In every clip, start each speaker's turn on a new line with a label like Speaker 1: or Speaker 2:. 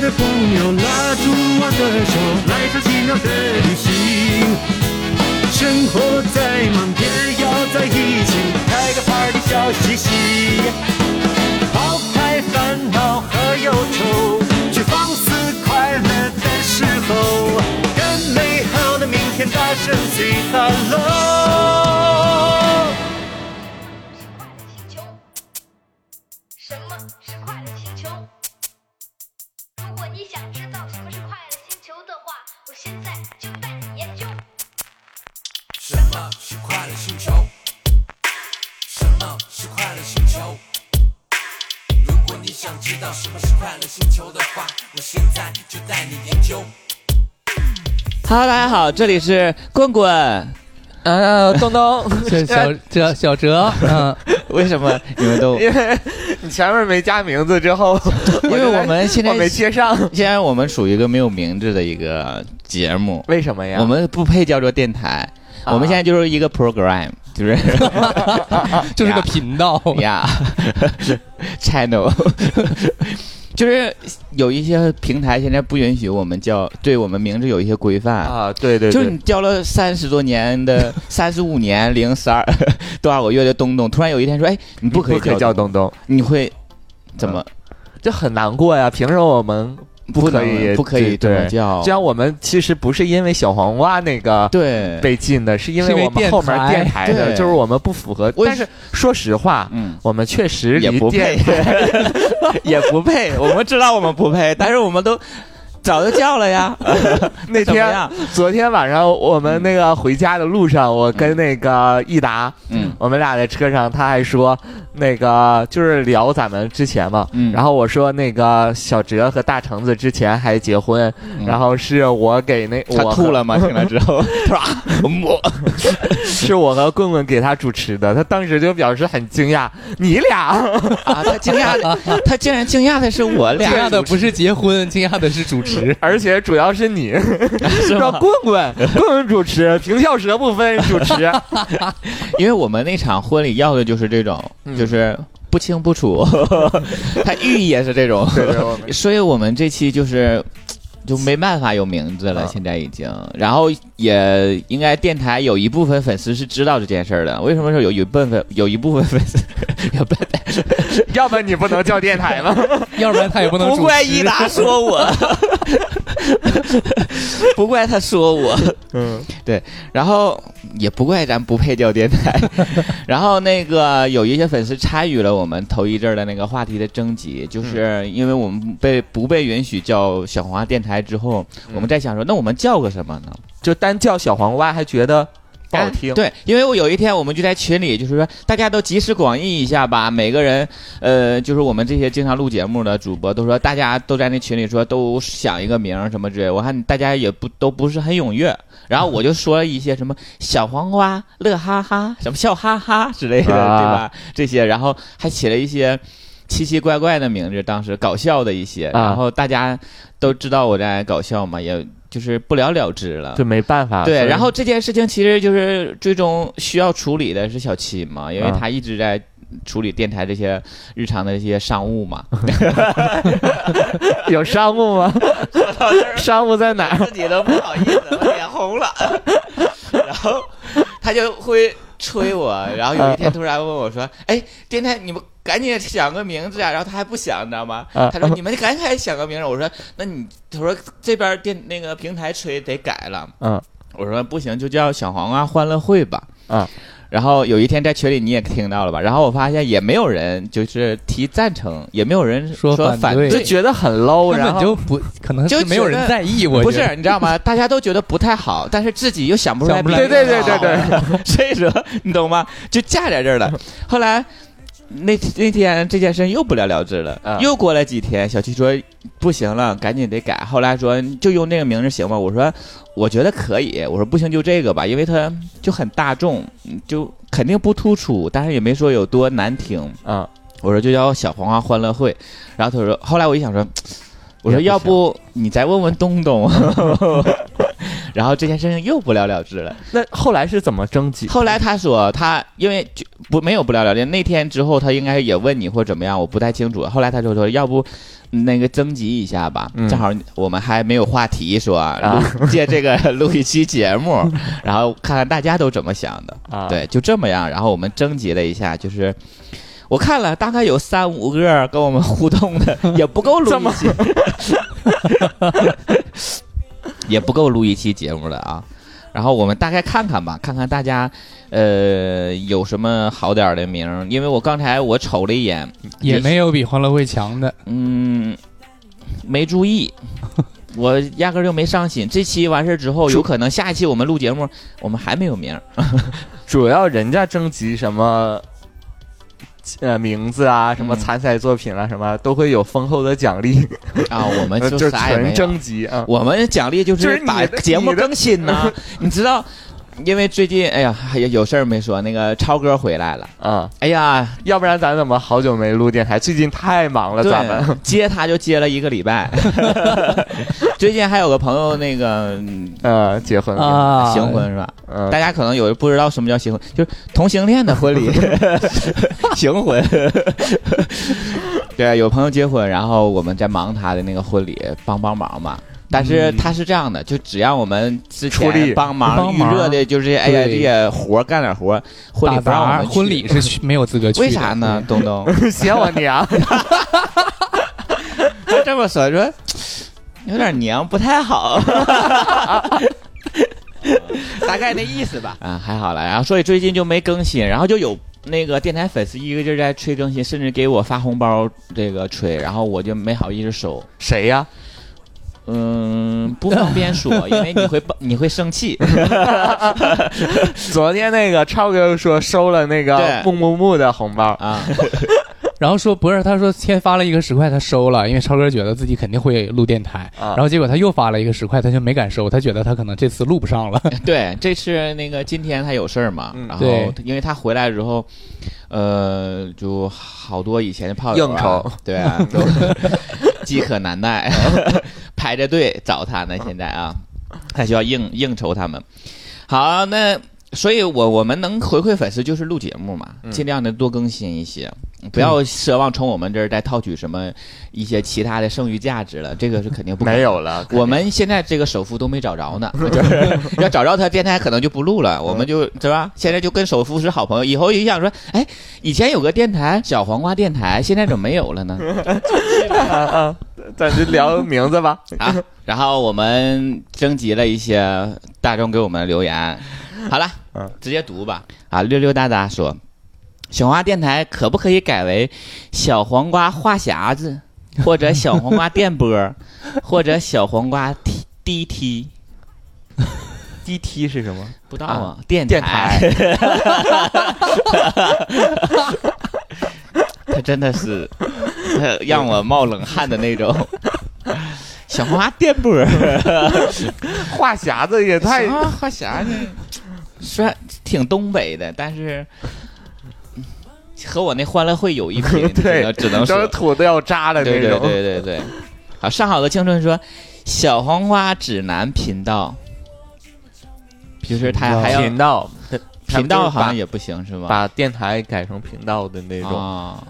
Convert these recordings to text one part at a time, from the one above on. Speaker 1: 的朋友拉住我的手，来场奇妙的旅行。生活再忙也要在一起，开个 party 笑嘻嘻，抛开烦恼和忧愁，去放肆快乐的时候，跟美好的明天大声 say hello。
Speaker 2: 快乐星球？什么是快乐星球？如果你想知道什
Speaker 3: 什么是快乐星球？什么是快乐星球？如果你
Speaker 2: 么是快乐星球的话，我现在就带你研究。
Speaker 3: 想知道什么是快乐星球的话，我现在就带你研究。
Speaker 4: Hello，大家好，这里是棍棍。
Speaker 5: 啊，东东，
Speaker 6: 这小哲小哲，嗯，
Speaker 4: 为什么你们都？
Speaker 5: 因为你前面没加名字之后，
Speaker 4: 因为我们现在
Speaker 5: 我没接上，
Speaker 4: 现在我们属于一个没有名字的一个节目，
Speaker 5: 为什么呀？
Speaker 4: 我们不配叫做电台，
Speaker 5: 啊
Speaker 4: 我们现在就是一个 program，就是
Speaker 6: 就是个频道，
Speaker 4: 呀 channel，就是有一些平台现在不允许我们叫，对我们名字有一些规范。
Speaker 5: 啊，对对
Speaker 4: 就是
Speaker 5: 对
Speaker 4: 你，叫了三十多年的 三十五年零十二多少个月的东东，突然有一天说：“哎，你不可以
Speaker 5: 可以
Speaker 4: 叫
Speaker 5: 叫，东东，
Speaker 4: 你会怎么
Speaker 5: 这很难过呀。凭什么我们不可
Speaker 4: 能
Speaker 5: 以
Speaker 4: 不可以这么
Speaker 5: 对？
Speaker 4: 叫
Speaker 5: 这？样我们其实不是因为小黄瓜那个
Speaker 4: 对，
Speaker 5: 被禁的，是因
Speaker 6: 是因
Speaker 5: 为
Speaker 6: 为
Speaker 5: 我们后
Speaker 6: 电
Speaker 5: 面
Speaker 6: 台
Speaker 5: 电台的，
Speaker 4: 对
Speaker 5: 就是我们不符合。
Speaker 4: 我
Speaker 5: 但是说实话，
Speaker 4: 嗯，
Speaker 5: 我们确实
Speaker 4: 也
Speaker 5: 离
Speaker 4: 不
Speaker 5: 电
Speaker 4: 配， 也不配。 我们知道我们不配，但是我们都早就叫了呀。
Speaker 5: 那
Speaker 4: 怎么
Speaker 5: 天
Speaker 4: 样？
Speaker 5: 昨天晚上我们那个回家的路上，我跟那个益达，
Speaker 4: 嗯
Speaker 5: 我们俩在车上，他还说那个就是聊咱们之前嘛，
Speaker 4: 嗯
Speaker 5: 然后我说那个小哲和大橙子之前还结婚，
Speaker 4: 嗯
Speaker 5: 然后是我给那
Speaker 4: 他
Speaker 5: 我
Speaker 4: 吐
Speaker 5: 和，
Speaker 4: 了吗？听了之 后，唰，我
Speaker 5: 是我和棍棍给他主持的，他当时就表示很惊 讶，你俩，
Speaker 4: 啊！他惊讶的，他竟然惊讶的是我
Speaker 6: 惊讶
Speaker 4: 俩，
Speaker 6: 的不是结婚，惊讶的是主持
Speaker 5: 而且主要是你，
Speaker 4: 是
Speaker 5: 让
Speaker 4: 吗？
Speaker 5: 棍棍棍棍主持，平翘舌不分主 持，
Speaker 4: 因为我们那场婚礼要的就是这种，
Speaker 5: 嗯
Speaker 4: 就是不清不楚，他寓意也是这种。
Speaker 5: 对对，我们
Speaker 4: 所以我们这期就是。就没办法有名字了，
Speaker 5: 啊
Speaker 4: 现在已经。然后也应该电台有一部分粉丝是知道这件事儿的。为什么说有有一部分有一部分粉丝？ 有不
Speaker 5: 要不你不能叫电台吗？
Speaker 6: 要不然他也不能主持。
Speaker 4: 不怪伊达说我， 不怪他说我，
Speaker 5: 嗯，
Speaker 4: 然后也不怪咱不配叫电台。 然后那个有一些粉丝参与了我们头一阵儿的那个话题的征集，就是因为我们被不被允许叫小黄花电台之后，
Speaker 5: 嗯
Speaker 4: 我们在想说，那我们叫个什么呢？
Speaker 5: 就单叫小黄瓜还觉得不好听，
Speaker 4: 哎对，因为我有一天我们就在群里，就是说大家都集思广益一下吧，每个人，呃，就是我们这些经常录节目的主播都说，大家都在那群里说都想一个名儿什么之类，我看大家也不都不是很踊跃，然后我就说了一些什么小黄瓜、乐哈哈、什么笑哈哈之类的，
Speaker 5: 啊
Speaker 4: 对吧？这些，然后还起了一些。奇奇怪怪的名字，当时搞笑的一些，
Speaker 5: 啊
Speaker 4: 然后大家都知道我在搞笑嘛，也就是不了了之了。
Speaker 5: 就没办法。啊所
Speaker 4: 对，
Speaker 5: 以
Speaker 4: 然后这件事情其实就是最终需要处理的是小七嘛，因为
Speaker 5: 啊
Speaker 4: 他一直在处理电台这些日常的一些商务嘛。
Speaker 5: 有商务吗？商务在哪儿？
Speaker 4: 自己都不好意思，我脸红了。然后他就会催我，然后有一天突然问我说：“哎，电台你们赶紧想个名字啊！”然后他还不想，你知道吗？
Speaker 5: 啊
Speaker 4: 他说：“你们赶紧想个名字。”我说：“那你，他说这边电那个平台催得改了。”
Speaker 5: 嗯，
Speaker 4: 我说：“不行，就叫小黄瓜欢乐会吧。”
Speaker 5: 啊。
Speaker 4: 然后有一天在群里你也听到了吧？然后我发现也没有人就是提赞成，也没有人
Speaker 6: 说
Speaker 4: 反
Speaker 6: 反对
Speaker 5: 就觉得很 low，
Speaker 6: 根
Speaker 5: 然
Speaker 6: 本
Speaker 5: 后
Speaker 6: 就不可能
Speaker 4: 就是
Speaker 6: 没有
Speaker 4: 觉得
Speaker 6: 人在意，我
Speaker 4: 不
Speaker 6: 觉得
Speaker 4: 是，你知道吗？ 大家都觉得不太好，但是自己又想不出来
Speaker 6: 想不
Speaker 4: 别
Speaker 6: 出
Speaker 4: 的
Speaker 6: 来
Speaker 4: 好。
Speaker 5: 对对对 对
Speaker 4: 对，所以说你懂吗？就架在这儿了。后来那那天这件事又不了了之了，
Speaker 5: 啊
Speaker 4: 又过了几天，小七说不行了，赶紧得改。后来说就用那个名字行吗？我说我觉得可以，我说不行就这个吧，因为它就很大众，嗯就肯定不突出，但是也没说有多难听。
Speaker 5: 啊，
Speaker 4: 我说就叫小黄花欢乐会，然后他说，后来我一想说，我说
Speaker 5: 也不
Speaker 4: 要不你再问问东东， 然后这件事情又不了了之了。
Speaker 5: 嗯那后来是怎么征集？
Speaker 4: 后来他说他因为就不没有不了了之，那天之后他应该也问你或怎么样，我不太清楚。后来他就说，要不那个征集一下吧，
Speaker 5: 嗯啊
Speaker 4: 正好我们还没有话题说，录借这个录一期节目，然后看看大家都怎么想的。
Speaker 5: 啊，
Speaker 4: 对，就这么样。然后我们征集了一下，就是我看了大概有三五个跟我们互动的，也不够录
Speaker 5: 这
Speaker 4: 一
Speaker 5: 么
Speaker 4: 期，也不够录一期节目了啊。然后我们大概看看吧，看看大家，呃，有什么好点儿的名儿？因为我刚才我瞅了一眼，
Speaker 6: 也没有比欢乐会强的。
Speaker 4: 嗯，没注意，我压根儿就没上心。这期完事儿之后，有可能下一期我们录节目，我们还没有名儿。
Speaker 5: 主要人家征集什么。呃，名字啊，什么
Speaker 4: 嗯
Speaker 5: 参赛作品啊，什么都会有丰厚的奖励，
Speaker 4: 啊，我们
Speaker 5: 呃就
Speaker 4: 就啥也没
Speaker 5: 纯
Speaker 4: 有。
Speaker 5: 征集啊。
Speaker 4: 我们奖励就
Speaker 5: 就是是你
Speaker 4: 把
Speaker 5: 的
Speaker 4: 节目
Speaker 5: 你的
Speaker 4: 更新呢、 你知道，因为最近哎呀还有有事儿没说，那个超哥回来了，
Speaker 5: 啊，
Speaker 4: 哎呀，
Speaker 5: 要不然咱怎么好久没录电台？最近太忙了，
Speaker 4: 对
Speaker 5: 咱们
Speaker 4: 接他就接了一个礼拜。 最近还有个朋友那个嗯
Speaker 5: 呃结婚了，
Speaker 6: 啊，
Speaker 4: 行婚是吧？
Speaker 5: 嗯
Speaker 4: 大家可能有人不知道什么叫行婚，就是同性恋的婚礼，行婚。对，有朋友结婚，然后我们在忙他的那个婚礼，帮帮忙嘛。但是他是这样的，就只要我们之
Speaker 5: 出力
Speaker 4: 前帮忙
Speaker 6: 帮
Speaker 4: 预
Speaker 6: 忙
Speaker 4: 热的，就是哎呀这
Speaker 6: 对
Speaker 4: 些活儿干点活儿，婚礼
Speaker 6: 打
Speaker 4: 不让我
Speaker 6: 杂
Speaker 4: 们去
Speaker 6: 婚礼是去没有资格去，嗯
Speaker 4: 为啥？呢？东东
Speaker 5: 嫌我 娘，
Speaker 4: 他 这么说说，有点娘，不太好。 大概那意思吧。啊，还好了。然后所以最近就没更新，然后就有那个电台粉丝一个劲儿在催更新，甚至给我发红包这个催，然后我就没好意思收。
Speaker 5: 谁呀？
Speaker 4: 嗯，不方便说，因为你会爆你会生 气。
Speaker 5: 昨天那个超哥又说收了那个
Speaker 4: 对
Speaker 5: 木木木的红包，
Speaker 4: 啊，
Speaker 6: 然后说不是，他说先发了一个十块，他收了，因为超哥觉得自己肯定会录电台，
Speaker 5: 啊
Speaker 6: 然后结果他又发了一个十块，他就没敢收，他觉得他可能这次录不上了。
Speaker 4: 对，这次那个今天他有事儿嘛，
Speaker 5: 嗯
Speaker 4: 然
Speaker 6: 对
Speaker 4: 后因为他回来之后，呃，就好多以前的炮友、啊、
Speaker 5: 应酬，
Speaker 4: 对 啊，都饥渴难耐， 排着队找他呢。现在啊，还需要应应酬他们。好，那所以我我们能回馈粉丝就是录节目嘛，
Speaker 5: 嗯
Speaker 4: 尽量的多更新一些。不要奢望从我们这儿再套取什么一些其他的剩余价值了，这个是肯定不可能
Speaker 5: 没有 了。
Speaker 4: 我们现在这个首富都没找着呢，就是要找着他，电台可能就不录了，我们就对吧？现在就跟首富是好朋友，以后一想说，哎，以前有个电台小黄瓜电台，现在怎么没有了呢？
Speaker 5: 啊啊，咱就聊名字吧。
Speaker 4: 啊，然后我们征集了一些大众给我们留言，好了
Speaker 5: 嗯，
Speaker 4: 直接读吧。啊，溜溜达达说，小黄瓜电台可不可以改为小黄瓜话匣子，或者小黄瓜电波，或者小黄瓜 T D T？
Speaker 5: DT 是什么？
Speaker 4: 不知道啊，电
Speaker 5: 电
Speaker 4: 台， 他真的是他让我冒冷汗的那种。小花电波 儿，
Speaker 5: 话匣子也太
Speaker 4: 小花花匣呢？虽然挺东北的，但是嗯和我那欢乐会有一 拼，只
Speaker 5: 对
Speaker 4: 能，只能
Speaker 5: 都
Speaker 4: 说
Speaker 5: 是土豆要渣的
Speaker 4: 对
Speaker 5: 那
Speaker 4: 对
Speaker 5: 种。
Speaker 4: 对对对。好，上好的青春说小黄瓜指南频道，就是他还要
Speaker 5: 频道，他
Speaker 4: 频
Speaker 5: 们就是
Speaker 4: 道好
Speaker 5: 把
Speaker 4: 像也不行是吗？
Speaker 5: 把电台改成频道的那种，
Speaker 4: 啊，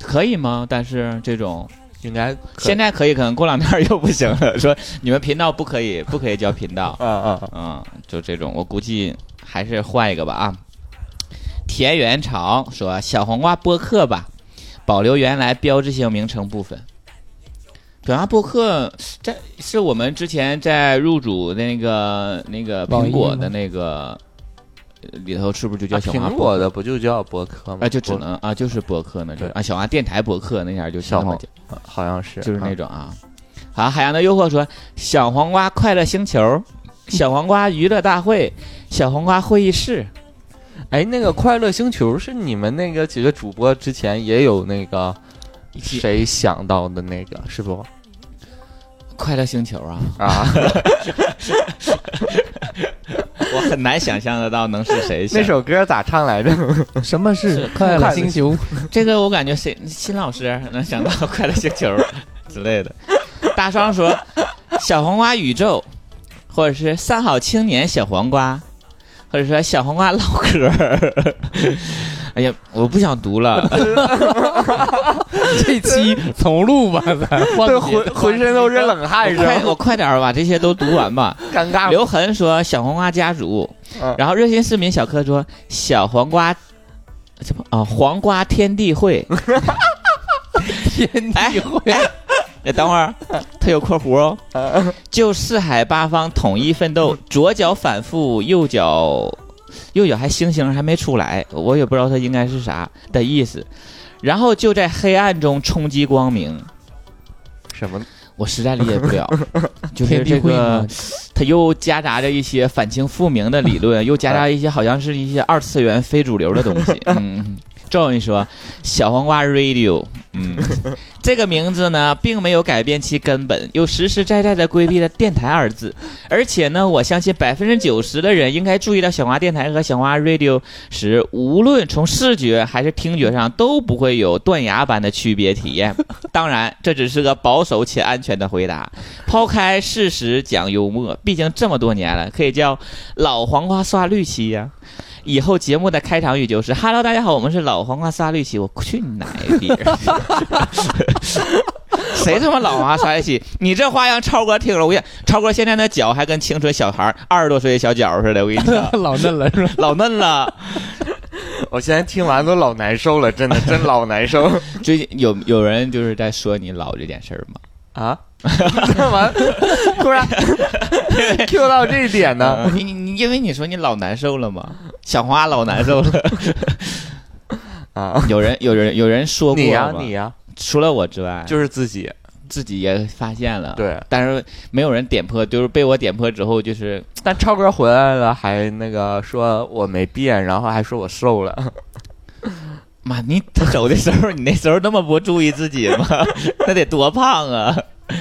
Speaker 4: 可以吗？但是这种
Speaker 5: 应该可
Speaker 4: 现在可以，可能过两天又不行了。 说你们频道不可以，不可以叫频道，
Speaker 5: 啊啊
Speaker 4: 嗯，就这种，我估计还是换一个吧啊。田园潮说小黄瓜播客吧，保留原来标志性名称部分。小黄瓜播客，这是我们之前在入主那个那个
Speaker 6: 网
Speaker 4: 苹
Speaker 6: 易
Speaker 4: 果
Speaker 6: 吗
Speaker 4: 的那个呃里头，是不是就
Speaker 5: 啊！
Speaker 4: 叫小黄瓜
Speaker 5: 苹
Speaker 4: 播
Speaker 5: 果
Speaker 4: 客？
Speaker 5: 的不就叫博客吗？
Speaker 4: 啊，就只
Speaker 5: 博
Speaker 4: 能啊，就是播客呢，就
Speaker 5: 对
Speaker 4: 是啊，小王电台播客那下就
Speaker 5: 小
Speaker 4: 黄
Speaker 5: 黄，好像是，
Speaker 4: 就是那种啊。好，海洋的诱惑说：小黄瓜快乐星球，小黄瓜娱乐大会，小黄瓜会议室。
Speaker 5: 哎，那个快乐星球是你们那个几个主播之前也有那个
Speaker 4: 一起
Speaker 5: 谁想到的那个是不？
Speaker 4: 快乐星球啊，
Speaker 5: 啊，
Speaker 4: 我很难想象得到能是谁想。
Speaker 5: 那首歌咋唱来着？
Speaker 6: 什么是
Speaker 4: 是
Speaker 6: 快乐
Speaker 5: 快乐
Speaker 6: 星球？
Speaker 4: 这个我感觉谁新老师能想到快乐星球之类的。大双说：小黄瓜宇宙，或者是三好青年小黄瓜，或者说小黄瓜唠嗑儿。 哎呀，我不想读了。
Speaker 6: 这期重录吧，咱换
Speaker 5: 对，
Speaker 6: 个别
Speaker 5: 浑
Speaker 6: 的
Speaker 5: 浑身都是冷汗，是
Speaker 4: 快，
Speaker 5: 吧？
Speaker 4: 我快点儿把这些都读完 吧。
Speaker 5: 尴尬。
Speaker 4: 刘恒说小黄瓜家族，
Speaker 5: 嗯
Speaker 4: 然后热心市民小柯说小黄瓜。什么啊？黄瓜天地 会，
Speaker 6: 天地会，
Speaker 4: 哎，等会儿，它有括弧哦。就四海八方统一奋斗，左脚反复，右脚，右脚还星星还没出来，我也不知道它应该是啥的意思。然后就在黑暗中冲击光明，
Speaker 5: 什么？
Speaker 4: 我实在理解不 了。就是
Speaker 6: 天地
Speaker 4: 这
Speaker 6: 会
Speaker 4: 个
Speaker 6: 吗，，
Speaker 4: 它又夹杂着一些反清复明的理论，又夹杂一些好像是一些二次元非主流的东 西。嗯，赵文说，小黄瓜 Radio，嗯， 这个名字呢，并没有改变其根本，又实实在在的规避了“电台”二字。而且呢，我相信百分之九十的人应该注意到小黄瓜电台和小黄瓜 Radio 时，无论从视觉还是听觉上，都不会有断崖般的区别体验。当然，这只是个保守且安全的回答。抛开事实讲幽默，毕竟这么多年了，可以叫老黄瓜刷绿漆呀、以后节目的开场语就是 “Hello，大家好，我们是老黄瓜刷绿漆”。我去你奶逼！ 谁他妈老黄瓜刷绿漆？你这话让超哥听了，我跟你讲，超哥现在那脚还跟青春小孩儿二十多岁的小脚似的，我跟你讲
Speaker 6: 老嫩了 是吧？
Speaker 4: 老嫩了。
Speaker 5: 我现在听完都老难受了，真的，真老难 受
Speaker 4: 最近有有人就是在说你老这件事儿吗？
Speaker 5: 啊！ 干嘛突然 Q 到这一点呢？
Speaker 4: 你你你，因为你说你老难受了嘛，小黄瓜老难受了。
Speaker 5: 啊，
Speaker 4: 有人有人有人说嗯过哎
Speaker 5: 你呀，
Speaker 4: 吗
Speaker 5: 你呀，
Speaker 4: 除了我之外，
Speaker 5: 就是自己。
Speaker 4: 自己也发现了，，
Speaker 5: 对，
Speaker 4: 但是没有人点破，就是被我点破之后，就是
Speaker 5: 但超哥回来了，还那个说我没变，然后还说我瘦
Speaker 4: 哎
Speaker 5: 了。
Speaker 4: 妈，你 他走的时候，你那时候那么不注意自己 吗？那得多胖啊！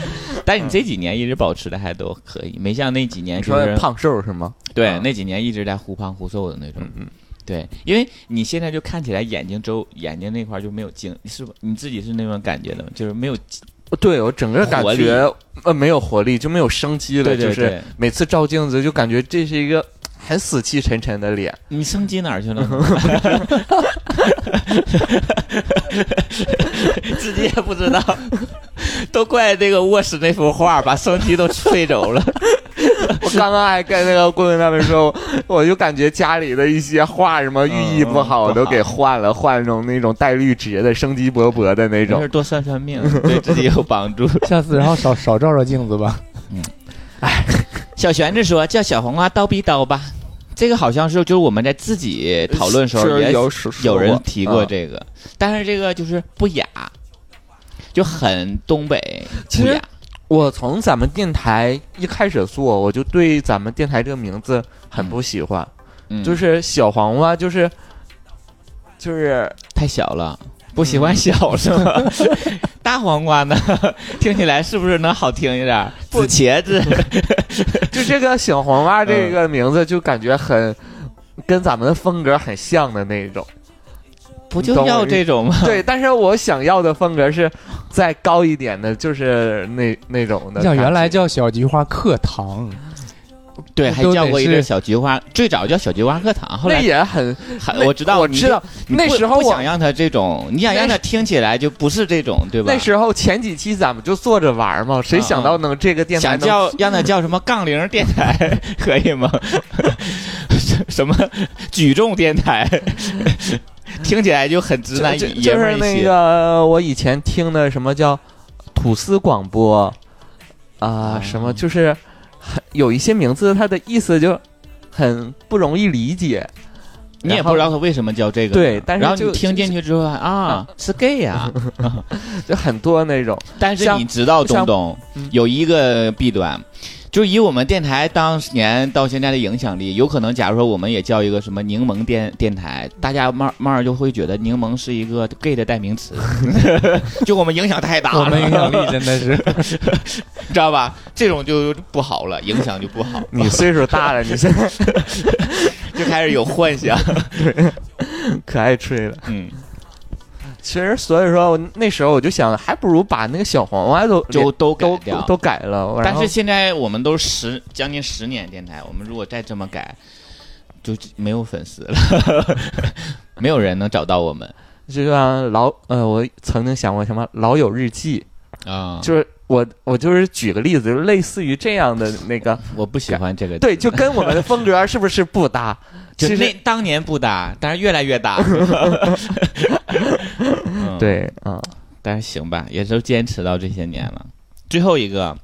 Speaker 4: 但你这几年一直保持的还都可以，没像那几年
Speaker 5: 你
Speaker 4: 就
Speaker 5: 说
Speaker 4: 是
Speaker 5: 胖瘦是吗？
Speaker 4: 对
Speaker 5: 啊
Speaker 4: 那几年一直在忽胖忽瘦的那种
Speaker 5: 嗯。嗯，
Speaker 4: 对，因为你现在就看起来眼睛周眼睛那块儿就没有精，是不？你自己是那种感觉的吗？就是没有
Speaker 5: 对我整个感
Speaker 4: 活力
Speaker 5: 觉呃没有活力，就没有生机了，
Speaker 4: 对对
Speaker 5: 就是
Speaker 4: 对
Speaker 5: 每次照镜子就感觉这是一个很死气沉沉的 脸。
Speaker 4: 你生机哪儿去了？ 自己也不知道，都怪这个卧室那幅画把生机都吹走了。
Speaker 5: 我刚刚还跟那个棍棍他们说， 我就感觉家里的一些画什么
Speaker 4: 嗯
Speaker 5: 寓意不好，我都给换了，换成那种带绿植的、生机勃勃的那
Speaker 4: 没
Speaker 5: 种
Speaker 4: 事。多算算命， 对自己有帮助。
Speaker 6: 下次然后少少照照镜子吧。
Speaker 4: 小玄子说：“叫小黄瓜叨逼叨吧。”这个好像是就是我们在自己讨论时候
Speaker 5: 是
Speaker 4: 也
Speaker 5: 有说
Speaker 4: 有人提过
Speaker 5: 嗯
Speaker 4: 这个，但是这个就是不雅，就很东北
Speaker 5: 其
Speaker 4: 不
Speaker 5: 实
Speaker 4: 雅。
Speaker 5: 我从咱们电台一开始做，我就对咱们电台这个名字很不喜欢，
Speaker 4: 嗯
Speaker 5: 就是小黄瓜，就是就是
Speaker 4: 太小了，不喜欢小
Speaker 5: 嗯
Speaker 4: 是吗？ 大黄瓜呢？ 听起来是不是能好听一点？紫茄子，
Speaker 5: 就这个小黄瓜这个名字，就感觉很跟咱们的风格很像的那种。
Speaker 4: 不就要这种吗？
Speaker 5: 对，但是我想要的风格是再高一点的，就是那那种的。
Speaker 6: 像原来叫小菊花课堂，
Speaker 4: 对，还叫过一
Speaker 6: 都
Speaker 4: 个
Speaker 6: 得是
Speaker 4: 小菊花，最早叫小菊花课堂，后
Speaker 5: 那
Speaker 4: 来
Speaker 5: 也很，
Speaker 4: 还
Speaker 5: 那
Speaker 4: 呃我知道，
Speaker 5: 我
Speaker 4: 你
Speaker 5: 知道
Speaker 4: 就，
Speaker 5: 那
Speaker 4: 你不
Speaker 5: 时候
Speaker 4: 不
Speaker 5: 我
Speaker 4: 想让他这种，你想
Speaker 5: 那
Speaker 4: 让他
Speaker 5: 时
Speaker 4: 听起来就不是这种，对吧
Speaker 5: 那？时候前几期咱们就坐着玩嘛，谁想到能这个电台
Speaker 4: 嗯想
Speaker 5: 能
Speaker 4: 叫让他叫什么杠铃电台 可以吗？什么举重电台， 听起来就很直男
Speaker 5: 就
Speaker 4: 爷
Speaker 5: 就
Speaker 4: 们
Speaker 5: 是
Speaker 4: 儿一
Speaker 5: 那
Speaker 4: 些。
Speaker 5: 个我以前听的什么叫吐司广播啊、什么就是很有一些名字，它的意思就很不容易理解。
Speaker 4: 你也
Speaker 5: 然
Speaker 4: 不
Speaker 5: 后
Speaker 4: 知道他为什么叫这个，
Speaker 5: 对但是
Speaker 4: 然后你
Speaker 5: 就
Speaker 4: 听进去之后啊，是 gay 呀、
Speaker 5: 就很多那种，
Speaker 4: 但是
Speaker 5: 像
Speaker 4: 你知道东东
Speaker 5: 像嗯
Speaker 4: 有一个弊端，就以我们电台当年到现在的影响力，有可能假如说我们也叫一个什么柠檬电电台，大家慢慢慢就会觉得柠檬是一个 gay 的代名 词，就我们影响太大了，
Speaker 6: 我们影响力真的是
Speaker 4: 知道吧？这种就不好了，影响就不好了，
Speaker 5: 你岁数大 了，你现在
Speaker 4: 就开始有幻 想，
Speaker 5: 可爱吹了。
Speaker 4: 嗯，
Speaker 5: 其实所以说，我那时候我就想，还不如把那个小黄瓜都
Speaker 4: 就都改
Speaker 5: 都
Speaker 4: 掉
Speaker 5: 都都改了。然
Speaker 4: 但
Speaker 5: 后
Speaker 4: 是现在我们都十将近十年电台，我们如果再这么改，就没有粉 丝了，没有人能找到我们
Speaker 5: 就像老呃，我曾经想过什么《老友日记
Speaker 4: 啊》，
Speaker 5: 就是我我就是举个例子，就是类似于这样的那个，
Speaker 4: 我不喜欢这个，
Speaker 5: 对，就跟我们的风格是不是不搭？
Speaker 4: 就
Speaker 5: 其
Speaker 4: 那
Speaker 5: 实
Speaker 4: 当年不搭，但是越来越 搭。嗯，
Speaker 5: 对啊、，
Speaker 4: 但是行吧，也都坚持到这些年了。最后一个，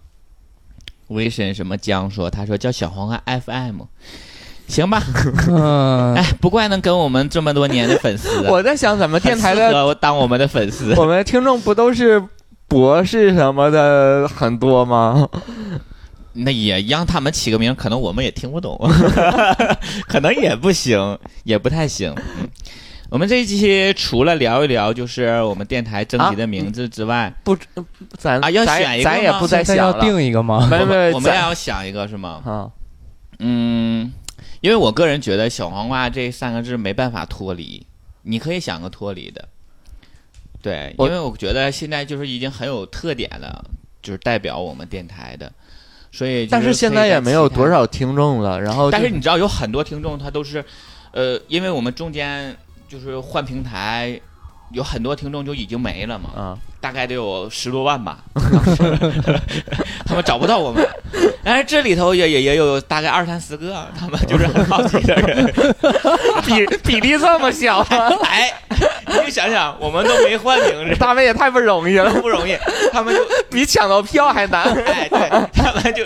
Speaker 4: 微神什么江说，他说叫小黄瓜 FM，行吧，
Speaker 6: 嗯
Speaker 4: 哎，不怪能跟我们这么多年的粉丝
Speaker 5: 我在想咱们电台
Speaker 4: 很
Speaker 5: 的，
Speaker 4: 适合当我们的粉丝
Speaker 5: 我们听众不都是博士什么的很多吗？
Speaker 4: 那也让他们起个名，可能我们也听不懂， 可能也不行，也不太行。嗯我们这一期除了聊一聊就是我们电台征集的名字之外，
Speaker 5: 不，咱
Speaker 4: 啊要
Speaker 5: 咱
Speaker 4: 选一个
Speaker 5: 咱也
Speaker 4: 吗
Speaker 5: 不再
Speaker 6: 现在
Speaker 5: 想
Speaker 6: 要
Speaker 5: 了
Speaker 6: 定一个吗？
Speaker 5: 啊没有
Speaker 4: 我
Speaker 5: 没
Speaker 4: 们
Speaker 5: 有
Speaker 4: 我们
Speaker 5: 咱
Speaker 4: 要想一个是吗？
Speaker 5: 啊，
Speaker 4: 嗯，因为我个人觉得“小黄瓜”这三个字没办法脱离，你可以想个脱离的。对，因
Speaker 5: 我
Speaker 4: 为我觉得现在就是已经很有特点了，就是代表我们电台的，所以就
Speaker 5: 但
Speaker 4: 是
Speaker 5: 是现
Speaker 4: 可以
Speaker 5: 在也没有
Speaker 4: 其他
Speaker 5: 多少听众了，然后就
Speaker 4: 但是你知道，有很多听众他都是，呃，因为我们中间就是换平台，有很多听众就已经没了嘛，
Speaker 5: 啊，
Speaker 4: 大概得有十多万吧， 他们找不到我们。但是这里头也也也有大概二三十个，他们就是很好奇的人。
Speaker 5: 比比例这么小吗？
Speaker 4: 哎，你就想想，我们都没换名字，
Speaker 5: 他们也太不容易了，
Speaker 4: 不容易，他们就
Speaker 5: 比抢到票还难。
Speaker 4: 哎，对他们就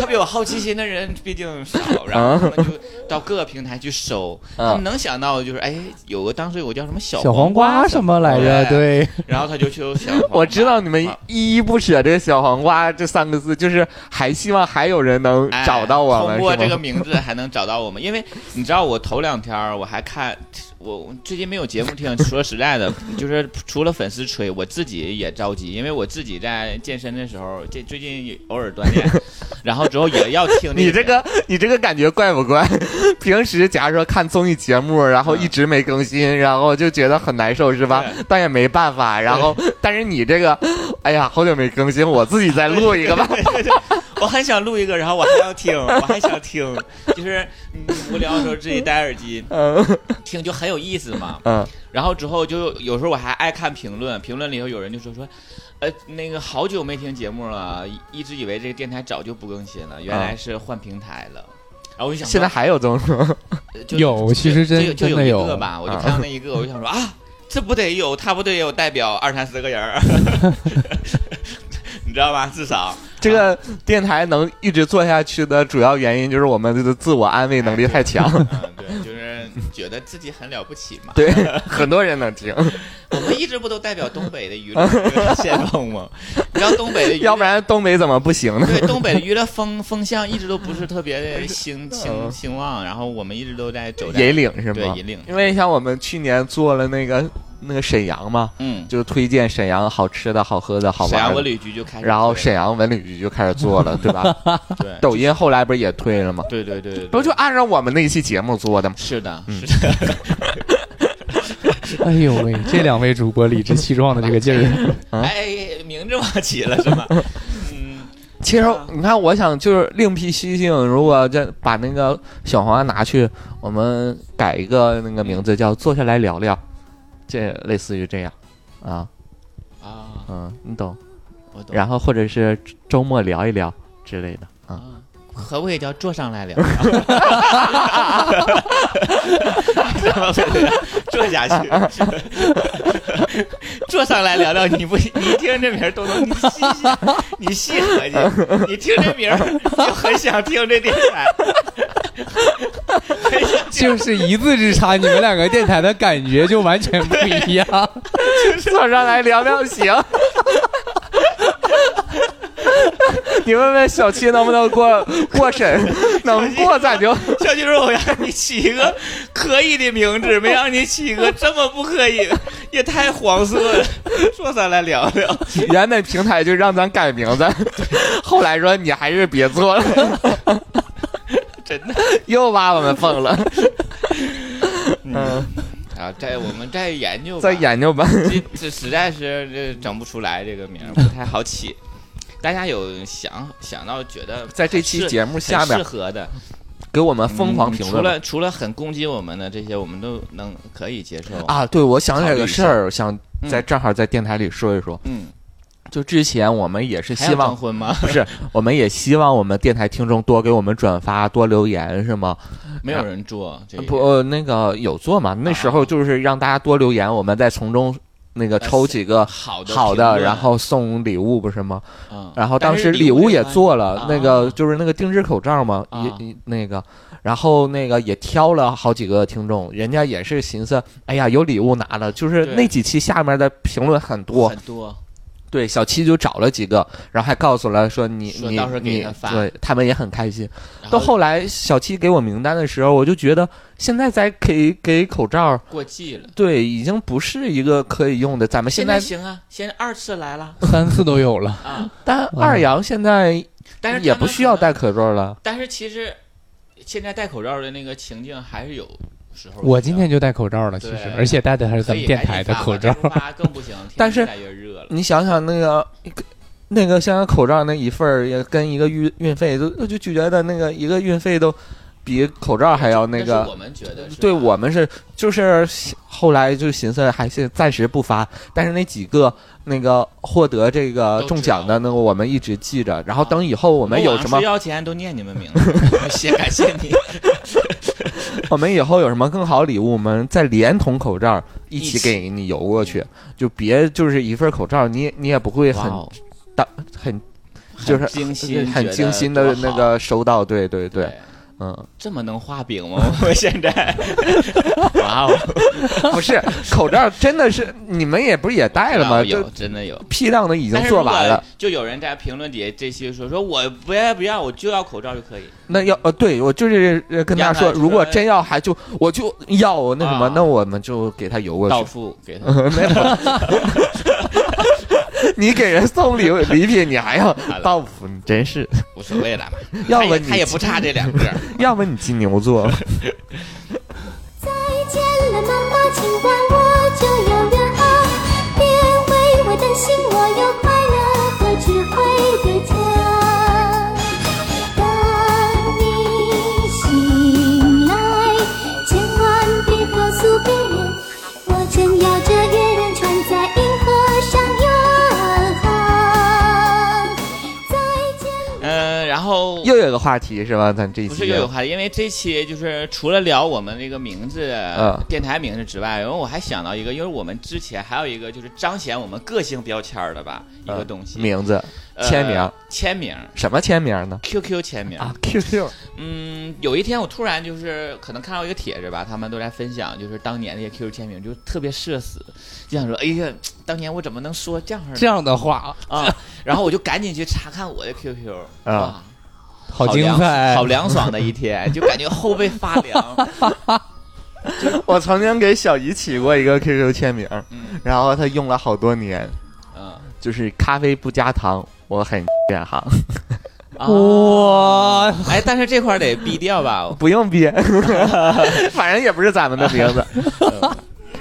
Speaker 4: 特别有好奇心的人毕竟少，然后
Speaker 5: 啊
Speaker 4: 他们就到各个平台去搜，他们能想到的就是哎，有个当时有个叫什么小
Speaker 6: 小黄瓜什么来着？
Speaker 4: 对，
Speaker 6: 对，
Speaker 4: 然后他就去小黄瓜啊
Speaker 5: 我知道你们依依不舍这个小黄瓜这三个字，就是还希望还有人能
Speaker 4: 哎
Speaker 5: 找到我们。
Speaker 4: 通过这
Speaker 5: 是
Speaker 4: 个
Speaker 5: 吗
Speaker 4: 名字还能找到我们，因为你知道我头两天儿我还看我我最近没有节目听，说实在的，就是除了粉丝吹，我自己也着急，因为我自己在健身的时候，这最近偶尔 锻炼，然后之后也要听
Speaker 5: 你这个你这个感觉怪不怪？ 平时假如说看综艺节目，然后一直没更新，然后就觉得很难受，是吧
Speaker 4: 嗯对？
Speaker 5: 但也没办法。然后，但是你这个，哎呀，好久没更新，我自己再录一 个吧。
Speaker 4: 我很想录一个，然后我还要听，我还想听，就是你无聊的时候自己戴耳机
Speaker 5: 嗯
Speaker 4: 听就很有意思嘛。
Speaker 5: 嗯，
Speaker 4: 然后之后就有时候我还爱看评论，评论里头有人就说说，呃，那个好久没听节目了，一直以为这个电台早就不更新了，原来是换平台了。然后我就想说，
Speaker 5: 现在还有这种
Speaker 4: 呃就
Speaker 6: 有
Speaker 4: 就
Speaker 6: 其实真
Speaker 4: 就就
Speaker 6: 真的
Speaker 4: 有
Speaker 6: 有嗯
Speaker 4: 一个吧，我就看到那一个，我就想说啊，这不得有，他不得有代表二三十个人儿， 你知道吧？至少。
Speaker 5: 这个电台能一直做下去的主要原因，就是我们的自我安慰能力太 强，
Speaker 4: 嗯，对，就是觉得自己很了不起嘛。
Speaker 5: 对，很多人能 听，
Speaker 4: 我们一直不都代表东北的娱乐先锋吗？你知道东北的娱乐，
Speaker 5: 要不然东北怎么不行呢？
Speaker 4: 对东北的娱乐风风向一直都不是特别的
Speaker 5: 嗯
Speaker 4: 兴兴兴旺，然后我们一直都在走在
Speaker 5: 引领是
Speaker 4: 对
Speaker 5: 吗？
Speaker 4: 引领，
Speaker 5: 因为像我们去年做了那个那个沈阳嘛，
Speaker 4: 嗯，
Speaker 5: 就是推荐沈阳好吃的好喝的好
Speaker 4: 沈阳
Speaker 5: 玩
Speaker 4: 文
Speaker 5: 的，
Speaker 4: 旅局就开始，
Speaker 5: 然后沈阳文旅局就开始 做了，对吧？
Speaker 4: 对
Speaker 5: 抖音后来不是也推了吗？
Speaker 4: 对对对对，
Speaker 5: 不就按照我们那一期节目做的吗？
Speaker 4: 是的，
Speaker 5: 嗯
Speaker 4: 是的，
Speaker 6: 哎呦喂，这两位主播理直气壮的这个 劲儿，
Speaker 5: 嗯
Speaker 4: 哎，名字忘起了是吗？ 嗯，
Speaker 5: 其实
Speaker 4: 啊
Speaker 5: 你看，我想就是另辟蹊径，如果这把那个小黄瓜拿去，我们改一个那个名字叫“坐下来聊聊”，这类似于这样啊，
Speaker 4: 啊，
Speaker 5: 嗯，你懂。
Speaker 4: 我懂。
Speaker 5: 然后或者是周末聊一聊之类的啊。
Speaker 4: 啊，可不可以叫坐上来聊？ 坐下去， 坐上来聊聊。你不，你一听这名儿，东东，你细细，你细合 计，你听这名儿就很想听这电台，很想听。
Speaker 6: 就是一字之差，你们两个电台的感觉就完全不一样。
Speaker 5: 坐上来聊聊 行。你问问小七能不能过 过审，能过咱就
Speaker 4: 小军说：“我让你起一个可以的名字，没让你起一个这么不可以，也太黄色了。坐上来聊聊。”
Speaker 5: 原本平台就让咱改名 字，后来说你还是别做了，
Speaker 4: 真的
Speaker 5: 又挖我们缝了。嗯，
Speaker 4: 啊，再我们再研究吧，
Speaker 5: 再研究吧。
Speaker 4: 这这实在是这整不出来这个名儿，不太好起。大家有想想到觉得
Speaker 5: 在这期
Speaker 4: 是
Speaker 5: 节目下
Speaker 4: 很适
Speaker 5: 面
Speaker 4: 合的，
Speaker 5: 给我们疯狂
Speaker 4: 嗯
Speaker 5: 评
Speaker 4: 除
Speaker 5: 论吧。
Speaker 4: 了除了很攻击我们的这些，我们都能可以接受。
Speaker 5: 啊，对，我想起来个
Speaker 4: 嗯
Speaker 5: 事
Speaker 4: 考
Speaker 5: 儿，想在
Speaker 4: 嗯
Speaker 5: 正好在电台里说一说。
Speaker 4: 嗯，
Speaker 5: 就之前我们也是
Speaker 4: 还要
Speaker 5: 希望
Speaker 4: 征婚 吗？
Speaker 5: 不是，我们也希望我们电台听众多给我们转发、多留言，是吗？
Speaker 4: 没有人做这个
Speaker 5: 不，呃那个有做嘛？那时候就是让大家多留言，我们再从中那个抽几个
Speaker 4: 哎好的
Speaker 5: 好
Speaker 4: 评
Speaker 5: 的，
Speaker 4: 论
Speaker 5: 然后送礼物，不是吗？
Speaker 4: 嗯
Speaker 5: 然后
Speaker 4: 但
Speaker 5: 当
Speaker 4: 是
Speaker 5: 时
Speaker 4: 礼
Speaker 5: 礼
Speaker 4: 物
Speaker 5: 物
Speaker 4: 也
Speaker 5: 也
Speaker 4: 发
Speaker 5: 做了，那
Speaker 4: 啊
Speaker 5: 个就是那个定制口罩嘛，
Speaker 4: 啊
Speaker 5: 也也那个，然后那个也挑了好几个听众，人家也是寻思，哎呀，有礼物拿了，就是
Speaker 4: 对
Speaker 5: 那几期下面的评论很多
Speaker 4: 很，多
Speaker 5: 对，小七就找了几个，然后还告诉了说你
Speaker 4: 说
Speaker 5: 你
Speaker 4: 到时候给
Speaker 5: 你
Speaker 4: 他发
Speaker 5: 对他们也很开心。
Speaker 4: 然
Speaker 5: 到
Speaker 4: 后
Speaker 5: 后来小七给我名单的时候，我就觉得现在再给给口罩，
Speaker 4: 过季了。
Speaker 5: 对，已经不是一个可以用的。咱们
Speaker 4: 现
Speaker 5: 现在，
Speaker 4: 行啊，现在二次来了
Speaker 6: 三次都有了，
Speaker 4: 啊，
Speaker 5: 但二阳现在
Speaker 4: 但是
Speaker 5: 也
Speaker 4: 他们
Speaker 5: 不需要
Speaker 4: 可能
Speaker 5: 戴口罩了。
Speaker 4: 但是其实现在戴口罩的那个情境还是有时候。
Speaker 6: 我今天就戴口罩了，其
Speaker 4: 对
Speaker 6: 实，而且戴的还是咱们电台的口罩。
Speaker 4: 可以赶紧发吧再不发更不行。天
Speaker 5: 但是
Speaker 4: 越来越热了，
Speaker 5: 你想想那个那个像口罩那一份儿，也跟一个运运费都就就觉得那个一个运费都比口罩还要那
Speaker 4: 但
Speaker 5: 个
Speaker 4: 是我。们觉得是吧
Speaker 5: 对我们是就是后来就寻思还是暂时不发，但是那几个那个获得这个
Speaker 4: 都
Speaker 5: 中
Speaker 4: 知道
Speaker 5: 奖的那个我们一直记着，然后
Speaker 4: 啊
Speaker 5: 等以后我
Speaker 4: 我
Speaker 5: 们有什
Speaker 4: 往
Speaker 5: 么
Speaker 4: 睡觉前都念你们名字， 谢感谢你，
Speaker 5: 我们以后有什么更好礼物，我们再连同口罩一起
Speaker 4: 一起
Speaker 5: 给你邮过去，就别就是一份口罩，你也你也不会很
Speaker 4: 哇哦
Speaker 5: 很 就
Speaker 4: 很
Speaker 5: 是
Speaker 4: 惊心，
Speaker 5: 很惊心
Speaker 4: 觉
Speaker 5: 的
Speaker 4: 得多
Speaker 5: 那
Speaker 4: 好
Speaker 5: 个收到，对对对，嗯，
Speaker 4: 这么能画饼吗？我们现 在，哇哦，
Speaker 5: 不是口罩真的是你们也不是也戴了吗？就
Speaker 4: 啊有真的有，
Speaker 5: 批量的已经
Speaker 4: 但是
Speaker 5: 做
Speaker 4: 如果
Speaker 5: 完了，。
Speaker 4: 就有人在评论底下这些说说我不要不要，我就要口罩就可以。
Speaker 5: 那要呃，对我就是呃跟大家
Speaker 4: 要
Speaker 5: 说，
Speaker 4: 不然就是
Speaker 5: 如果真要还就我就要那什么
Speaker 4: 啊，
Speaker 5: 那 我们就给他邮过
Speaker 4: 到
Speaker 5: 去。
Speaker 4: 付给他
Speaker 5: 你给人送礼物礼品，你还 要
Speaker 4: 了
Speaker 5: 到付，你真是，
Speaker 4: 无所谓了嘛，
Speaker 5: 要
Speaker 4: 他也
Speaker 5: 不你
Speaker 4: 他也不差这两 个。
Speaker 5: 要不你金牛 座。
Speaker 7: 再见了，妈妈，今晚我就要远航，别为我担心，我有快乐和智慧的家。当你醒来，千万别告诉别人，我正摇着月亮船在银河上远航。再见了。
Speaker 4: 嗯，然后
Speaker 5: 又有一个话题是吧？咱这一
Speaker 4: 不是
Speaker 5: 期
Speaker 4: 又有话题，因为这期就是除了聊我们这个名字、
Speaker 5: 嗯
Speaker 4: 电台名字之外，然后我还想到一个，因为我们之前还有一个就是彰显我们个性标签儿的吧，一个
Speaker 5: 呃
Speaker 4: 东西，
Speaker 5: 名字、
Speaker 4: 呃
Speaker 5: 签名，
Speaker 4: 签名
Speaker 5: 什么签名呢？
Speaker 4: ，QQ 签名
Speaker 5: 啊，QQ
Speaker 4: 嗯，有一天我突然就是可能看到一个帖子吧，他们都在分享，就是当年那些 QQ 签名，就特别社死，就想说，哎呀，当年我怎么能说这样儿
Speaker 6: 这样的话，
Speaker 4: 啊？然后我就赶紧去查看我的 QQ，
Speaker 5: 啊
Speaker 4: 哇
Speaker 6: 好
Speaker 4: 好
Speaker 6: 精
Speaker 4: 凉
Speaker 6: 彩，
Speaker 4: 好凉爽的一天，就感觉后背发 凉。
Speaker 5: 我曾经给小姨起过一个 QQ 签名，
Speaker 4: 嗯
Speaker 5: 然后她用了好多年，
Speaker 4: 嗯，
Speaker 5: 就是咖啡不加糖，我很 健行，
Speaker 4: 哇！ 哎，但是这块儿得逼掉吧，
Speaker 5: 不用憋， 反正也不是咱们的名字。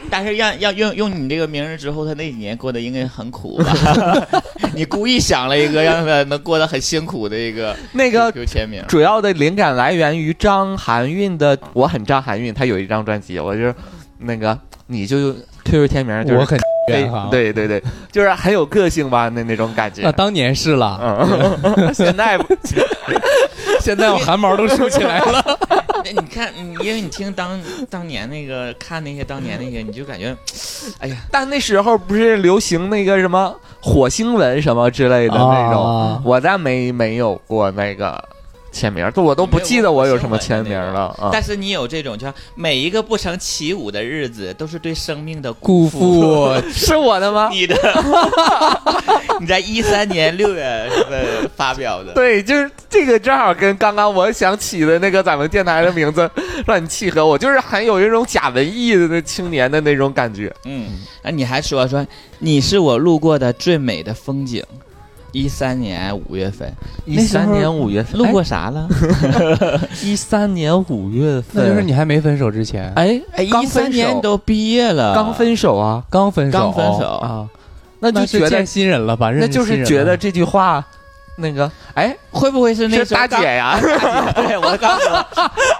Speaker 4: 但是让要用用你这个名儿之后，他那几年过得应该很苦吧？ 你故意想了一个让他能过得很辛苦的一个
Speaker 5: 那个
Speaker 4: QQ 签名。
Speaker 5: 主要的灵感来源于张含韵的《我很张含韵》，她有一张专辑，我就是那个你就 QQ 签名，就是
Speaker 6: 我很
Speaker 5: 对
Speaker 6: 远航。，
Speaker 5: 对对对，就是很有个性吧，那那种感觉
Speaker 6: 那。当年是了，
Speaker 5: 嗯，现在不
Speaker 6: 现在我汗毛都竖起来了。
Speaker 4: 那哎你看，你因为你听当当年那个看那些当年那些，你就感觉，哎呀，
Speaker 5: 但那时候不是流行那个什么火星文什么之类的那种，
Speaker 6: 啊
Speaker 5: 我咱没没有过那个签名，都我都不记得我有什么签名了啊。
Speaker 4: 但是你有这种，叫每一个不成起舞的日子，都是对生命的
Speaker 6: 辜
Speaker 4: 负。
Speaker 6: 负
Speaker 5: 是我的吗？
Speaker 4: 你的， 你在一三年六月份发表的，
Speaker 5: 对，就是这个正好跟刚刚我想起的那个咱们电台的名字让你契合，我就是很有一种假文艺的那青年的那种感觉。
Speaker 4: 嗯，啊，你还说说你是我路过的最美的风景，一三年五月份那时候
Speaker 5: 五月
Speaker 4: 路过啥了？
Speaker 5: 一三年五月份
Speaker 6: 那就是你还没分手之前，
Speaker 5: 哎
Speaker 4: 哎，
Speaker 5: 刚
Speaker 4: 一
Speaker 5: 分
Speaker 4: 三
Speaker 5: 手
Speaker 4: 年都毕业了，
Speaker 5: 刚分手啊
Speaker 6: 刚分手，
Speaker 4: 刚分手，
Speaker 5: 啊，那
Speaker 6: 那
Speaker 5: 就是觉得
Speaker 6: 见新人了吧？认
Speaker 5: 那
Speaker 6: 识
Speaker 5: 就
Speaker 6: 新
Speaker 5: 是
Speaker 6: 人
Speaker 5: 觉
Speaker 6: 了
Speaker 5: 得这句话那个，哎，
Speaker 4: 会不会是那
Speaker 5: 是大姐
Speaker 4: 呀？对， 我刚说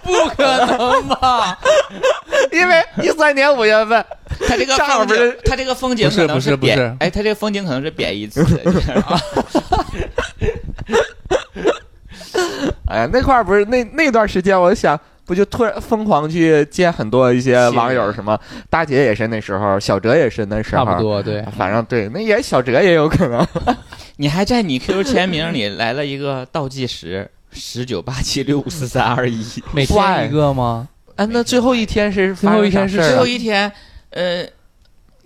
Speaker 6: 不可能吧？
Speaker 5: 因为一三年五月份，
Speaker 4: 他这个
Speaker 5: 上
Speaker 4: 风景
Speaker 5: 边儿，
Speaker 4: 他这个风景
Speaker 6: 不是
Speaker 4: 可能
Speaker 6: 不是不
Speaker 4: 贬
Speaker 6: 是
Speaker 4: 哎，他这个风景可能是贬义 词。
Speaker 5: 哎呀，那块儿不是那那段时间，我想不就突然疯狂去见很多一些
Speaker 4: 是
Speaker 5: 网友，什么大姐也是那时候，小哲也是那时
Speaker 6: 差
Speaker 5: 候，哎
Speaker 6: 不，多，对，
Speaker 5: 反正对，那也小哲也有可能，
Speaker 4: 你还在你 QQ 签名里来了一个倒计时。十九八七六五四三二一，
Speaker 6: 每天一个吗？
Speaker 5: 哎，那最后一天是
Speaker 6: 最后一天是
Speaker 5: 发生啥事儿啊
Speaker 4: 最后一天，呃，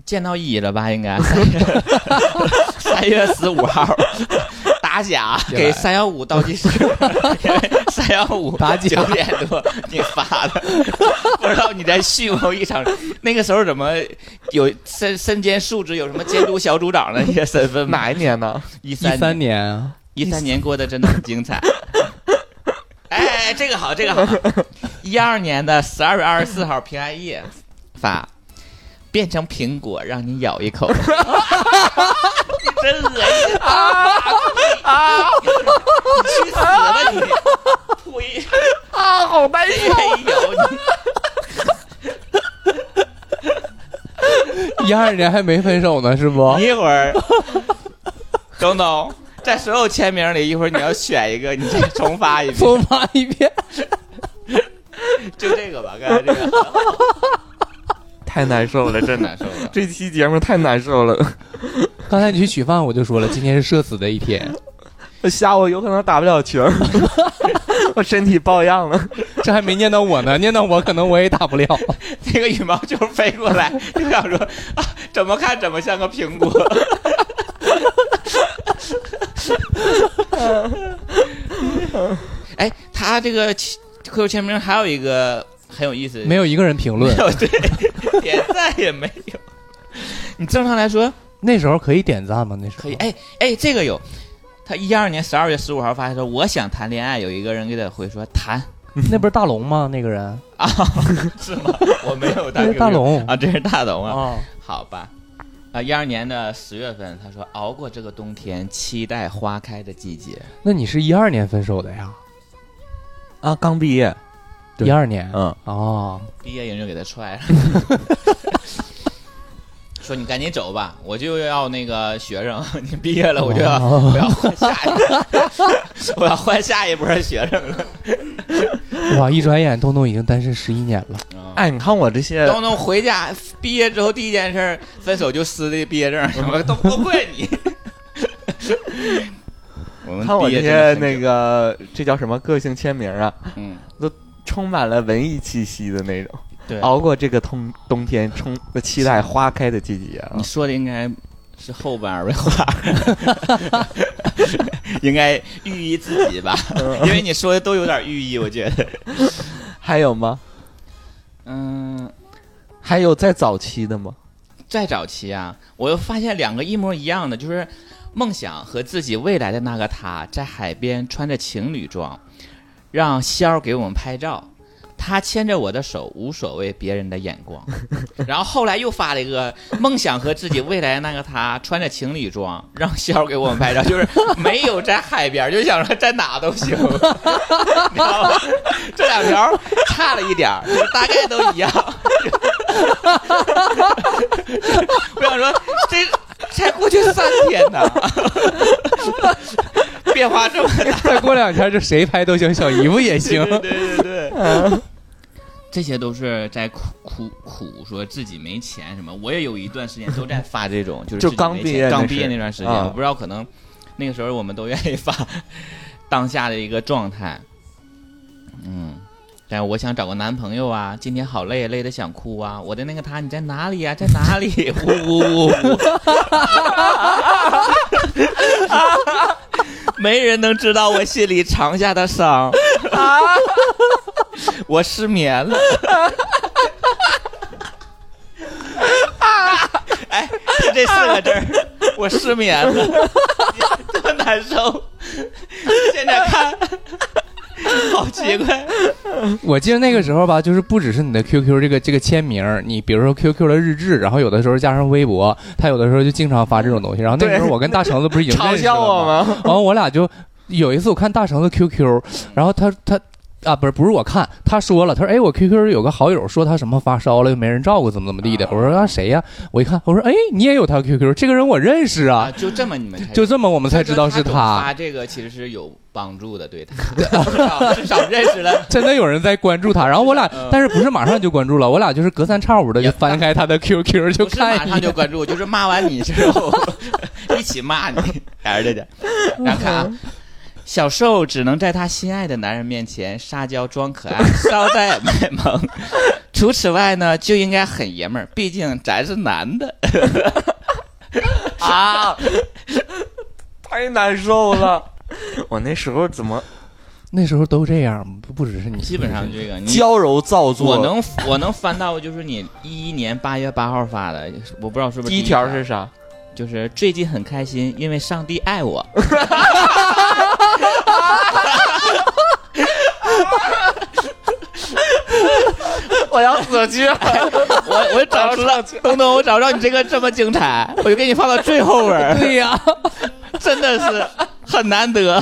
Speaker 4: 见到意义了吧？应 该三月十五号，打假给三幺五倒计 时，三幺五
Speaker 6: 打假
Speaker 4: 九点多你发的， 不知道你在蓄谋一场。那个时候怎么有身身兼数职，有什么监督小组长的一些身份吗？
Speaker 5: 哪一年呢？
Speaker 4: 一
Speaker 6: 一三
Speaker 4: 三
Speaker 6: 年啊，
Speaker 4: 一三年过得真的很精 彩。哎，这个好，这个好。一二年的十二月二十四号平安夜发，变成苹果让你咬一口，你真恶心啊！ 你去死吧你！呸！
Speaker 5: 啊，好难
Speaker 4: 哎呦，你
Speaker 6: 一二年还没分手呢，是不？
Speaker 4: 你一会 儿，东东，在所有签名里，一会儿你要选一个，你再重发一遍。
Speaker 6: 重发一遍，
Speaker 4: 就这个吧，刚才这个
Speaker 5: 太难受了，真的。
Speaker 4: 难受了。
Speaker 5: 这期节目太难受了，
Speaker 6: 刚才你去取饭，我就说了，今天是社死的一天，
Speaker 5: 下午有可能打不了群儿， 我身体抱恙了。
Speaker 6: 这还没念到我呢，念到我可能我也打不了。
Speaker 4: 那个羽毛球飞过来，就想说啊，怎么看怎么像个苹果。 哎，他这个签 QQ 签名还有一个很有意思，
Speaker 6: 没有一个人评论
Speaker 4: 没，有 对点赞也没有。你正常来说
Speaker 6: 那时候可以点赞吗？那时候
Speaker 4: 可以，哎哎，这个有。他一二年十二月十五号发的说我想谈恋爱，有一个人给他回说谈
Speaker 6: 那不是大龙吗？那个人
Speaker 4: 啊，是吗？我没有打
Speaker 6: 那是
Speaker 4: QQ
Speaker 6: 大龙
Speaker 4: 啊，这是大龙啊。
Speaker 6: 啊，
Speaker 4: 好吧，啊，一二年的十月份，他说熬过这个冬天，期待花开的季节。
Speaker 6: 那你是一二年分手的呀？
Speaker 5: 啊，刚毕业，对
Speaker 6: 一二年，
Speaker 5: 嗯，
Speaker 6: 哦，
Speaker 4: 毕业人就给他踹了， 说你赶紧走吧，我就要那个学生， 你毕业了我就要
Speaker 6: 哦
Speaker 4: 我要换下一， 我要换下一波学生了。
Speaker 6: 哇，一转眼东东已经单身十一年了，
Speaker 5: 哎，你看我这些，
Speaker 4: 东东回家毕业之后第一件事儿，分手就撕的毕业证，什么都都怪你。 我们
Speaker 5: 看我
Speaker 4: 毕业
Speaker 5: 这
Speaker 4: 真的
Speaker 5: 些
Speaker 4: 很
Speaker 5: 那个，这叫什么个性签名啊？
Speaker 4: 嗯，
Speaker 5: 充满了文艺气息的那种。
Speaker 4: 对，
Speaker 5: 熬过这个冬冬天，充期待花开的季节啊
Speaker 4: 你！说的应该是后半儿话，应该寓意自己吧，因为你说的都有点寓意，我觉得。
Speaker 5: 还有吗？
Speaker 4: 嗯，
Speaker 5: 还有在早期的吗？
Speaker 4: 再早期啊，我又发现两个一模一样的，就是梦想和自己未来的那个他在海边穿着情侣装，让仙儿给我们拍照。他牵着我的手，无所谓别人的眼光。然后后来又发了一个梦想和自己未来的那个他穿着情侣装，让肖给我们拍照，就是没有在海边，就想说在哪都行， 你知道吗？这两条差了一点儿，就是大概都一样。我想说，这才过去三天 呢，变化这么大。
Speaker 6: 再过两天这谁拍都行，小姨夫也行。
Speaker 4: 对对对对。这些都是在苦苦苦说自己没钱什么，我也有一段时间都在发这种，就是自
Speaker 5: 就
Speaker 4: 己
Speaker 5: 刚
Speaker 4: 没
Speaker 5: 毕
Speaker 4: 钱
Speaker 5: 业那
Speaker 4: 刚
Speaker 5: 时
Speaker 4: 毕业那段时间，
Speaker 5: 啊
Speaker 4: 我不知道可能那个时候我们都愿意发当下的一个状态，嗯，但我想找个男朋友啊，今天好累，累得想哭啊，我的那个他你在哪里啊呀、在哪里？呜呜呜呜，没人能知道我心里藏下的伤。 我失眠了。哎，就 这四个字儿，我失眠了，多难受！现在看，好奇怪。
Speaker 6: 我记得那个时候吧，就是不只是你的 QQ 这个这个签名儿，你比如说 QQ 的日志，然后有的时候加上微博，他有的时候就经常发这种东西。然后那个时候我跟大橙子不是已经
Speaker 5: 嘲
Speaker 6: 认识
Speaker 5: 笑啊我
Speaker 6: 了吗？
Speaker 5: 吗？
Speaker 6: 然后我俩就有一次我看大橙子 QQ，然后他他。啊，不是不是我看，他说了，他说哎，我 QQ 有个好友说他什么发烧了，又没人照顾，怎么怎么地的。我说啊谁呀、我一看，我说哎，你也有他 QQ，这个人我认识
Speaker 4: 啊，，
Speaker 6: 啊
Speaker 4: 就这么你们才
Speaker 6: 就这么我们才知道是
Speaker 4: 他。
Speaker 6: 他。
Speaker 4: 他这个其实是有帮助的，对他 至少至少认识了。
Speaker 6: 真的有人在关注他，然后我俩
Speaker 4: 嗯，
Speaker 6: 但是不是马上就关注了，我俩就是隔三差五的就
Speaker 4: 也
Speaker 6: 翻开他 的 QQ 就
Speaker 4: 不是马
Speaker 6: 看一
Speaker 4: 上就
Speaker 6: 眼。
Speaker 4: 关注，就是骂完你之后 一起骂你，俩人在这，然后看啊。小瘦只能在她心爱的男人面前撒娇装可爱，稍 带卖萌。除此外呢，就应该很爷们儿，毕竟咱是男的。
Speaker 5: 啊，太难受了。我那时候怎么
Speaker 6: 那时候都这样，不不只是你，
Speaker 4: 基本上这个，你
Speaker 5: 娇柔造作？
Speaker 4: 我能我能翻到就是你一一年八月八号发的，我不知道是不是
Speaker 5: 第一条是啥？
Speaker 4: 就是最近很开心，因为上帝爱我。
Speaker 5: 我 要死去！
Speaker 4: 我我找出了东东，我找不到你这个这么精彩，我就给你放到最后边 儿，
Speaker 6: 对呀，
Speaker 4: 真的是很难得。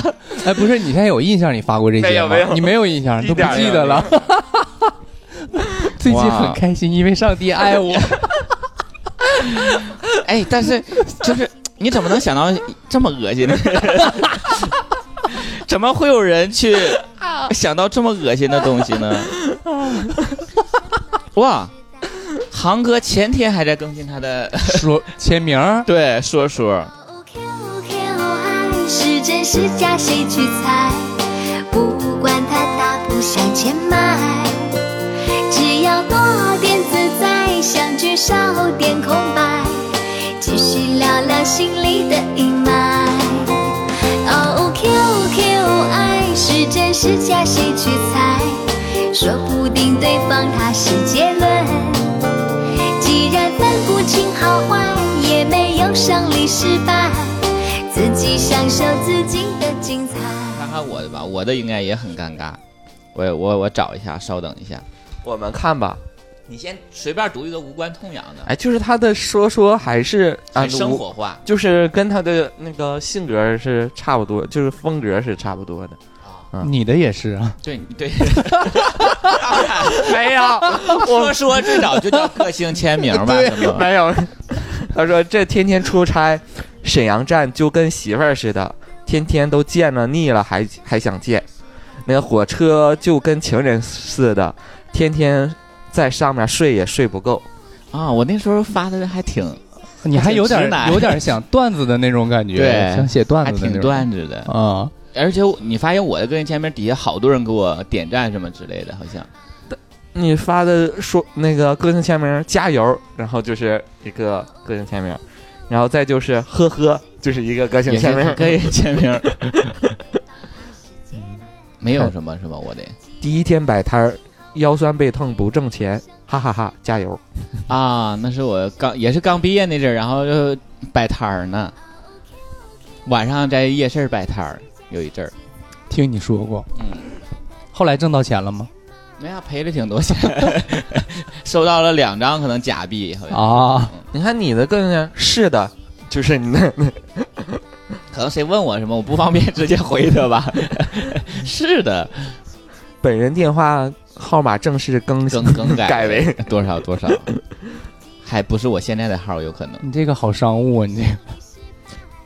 Speaker 6: 哎，不是，你现在有印象你发过这
Speaker 5: 没
Speaker 6: 些
Speaker 5: 有
Speaker 6: 吗
Speaker 5: 没有？
Speaker 6: 你没有印 象，
Speaker 5: 一
Speaker 6: 都不
Speaker 5: 点儿
Speaker 6: 记
Speaker 5: 也
Speaker 6: 得了。 最近
Speaker 4: 哇
Speaker 6: 很开心，因为上帝 爱我。
Speaker 4: 哎，但是就是你怎么能想到这么恶心呢？ 怎么会有人去想到这么恶心的东西呢？哇，航哥前天还在更新他的
Speaker 6: 说签名儿，
Speaker 4: 对说说，
Speaker 7: QQ 爱是真是假，谁去猜？不管它大不向前迈，只要多点自在，相聚少点空白，继续聊聊心里的阴霾。哦，QQ 爱是真是假，谁去猜？说不定对方他是杰伦。既然分不清好坏，也没有胜利失败，自己享受自己的精彩。
Speaker 4: 看看我的吧，我的应该也很尴尬。我我我找一下，稍等一下，
Speaker 5: 我们看吧。
Speaker 4: 你先随便读一个无关痛痒的。
Speaker 5: 哎，就是他的说说还是啊，
Speaker 4: 很生
Speaker 5: 我
Speaker 4: 活化
Speaker 5: 就是跟他的那个性格是差不多，就是风格是差不多的。
Speaker 6: 你的也是 啊，
Speaker 4: 对 对，当然
Speaker 5: 没有，
Speaker 4: 说说最早就叫个性签名吧，
Speaker 5: 对
Speaker 4: 是吗，
Speaker 5: 没有。他说这天天出差，沈阳站就跟媳妇儿似的，天天都见了腻了还还想见。那个火车就跟情人似的，天天在上面睡也睡不够。
Speaker 4: 啊，我那时候发的还挺
Speaker 6: 你还有点
Speaker 4: 挺直男
Speaker 6: 有点想段子的那种感觉，
Speaker 4: 对
Speaker 6: 想写段
Speaker 4: 还
Speaker 6: 子的那
Speaker 4: 挺
Speaker 6: 种
Speaker 4: 段子的，
Speaker 6: 啊。
Speaker 4: 而且我你发现我的个人签名底下好多人给我点赞什么之类的，好像
Speaker 5: 你发的说那个个性签名加油，然后就是一个个性签名，然后再就是呵呵，就是一个个性
Speaker 4: 也
Speaker 5: 签
Speaker 4: 是
Speaker 5: 名。
Speaker 4: 个人签 名。没有什么是吧？我得
Speaker 5: 第一天摆摊儿，腰酸背痛不挣钱，哈哈哈，加油！
Speaker 4: 啊，那是我刚也是刚毕业那阵儿，然后就摆摊儿呢，晚上在夜市摆摊儿有一阵儿，
Speaker 6: 听你说过，
Speaker 4: 嗯，
Speaker 6: 后来挣到钱了吗？
Speaker 4: 没啥哎赔了挺多钱， 收到了两张可能假币，好像嗯
Speaker 6: 啊，
Speaker 5: 你看你的个性签名是的，就是你那
Speaker 4: 可能谁问我什么，我不方便直接回他吧。 是的，
Speaker 5: 本人电话号码正式更新
Speaker 4: 更更 改
Speaker 5: 改为
Speaker 4: 多少多少，还不是我现在的号，有可能。
Speaker 6: 你这个好商务啊，你这个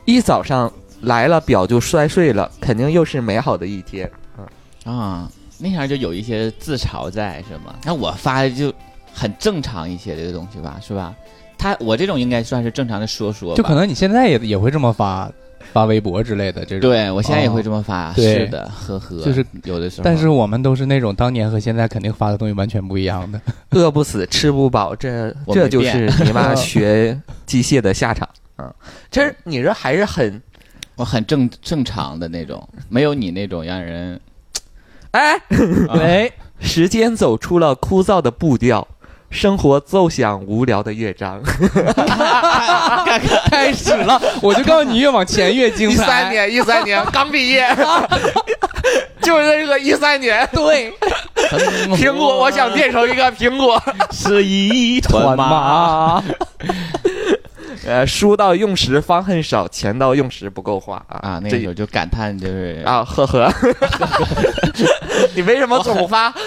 Speaker 5: 一早上来了表就摔碎了，肯定又是美好的一天。
Speaker 4: 啊，那样就有一些自嘲在，是吗？那我发的就很正常一些的东西吧，是吧？他我这种应该算是正常的说说吧，
Speaker 6: 就可能你现在也也会这么发发微博之类的这种。
Speaker 4: 对我现在也会这么发，
Speaker 6: 哦对
Speaker 4: 是的，呵呵，
Speaker 6: 就是
Speaker 4: 有的时候，
Speaker 6: 但是我们都是那种当年和现在肯定发的东西完全不一样的。
Speaker 5: 饿不死，吃不饱，这
Speaker 4: 我没
Speaker 5: 这就是你妈学机械的下 场啊！这是你这还是很
Speaker 4: 我很正正常的那种，没有你那种让人
Speaker 5: 哎，
Speaker 4: 喂、
Speaker 5: 时间走出了枯燥的步调，生活奏响无聊的乐章。
Speaker 6: 开 始了，我就告诉你，越往前越精
Speaker 5: 一
Speaker 6: 彩。
Speaker 5: 三年，一三年刚毕业，就是那个一三年， 对，苹果，我想变成一个苹果。
Speaker 4: 是一
Speaker 6: 团
Speaker 4: 团麻。
Speaker 6: 麻，
Speaker 5: 呃，书到用时方恨少，钱到用时不够花啊
Speaker 4: 啊，那
Speaker 5: 这
Speaker 4: 个时候就感叹就是，
Speaker 5: 啊，呵呵，你为什么总发呵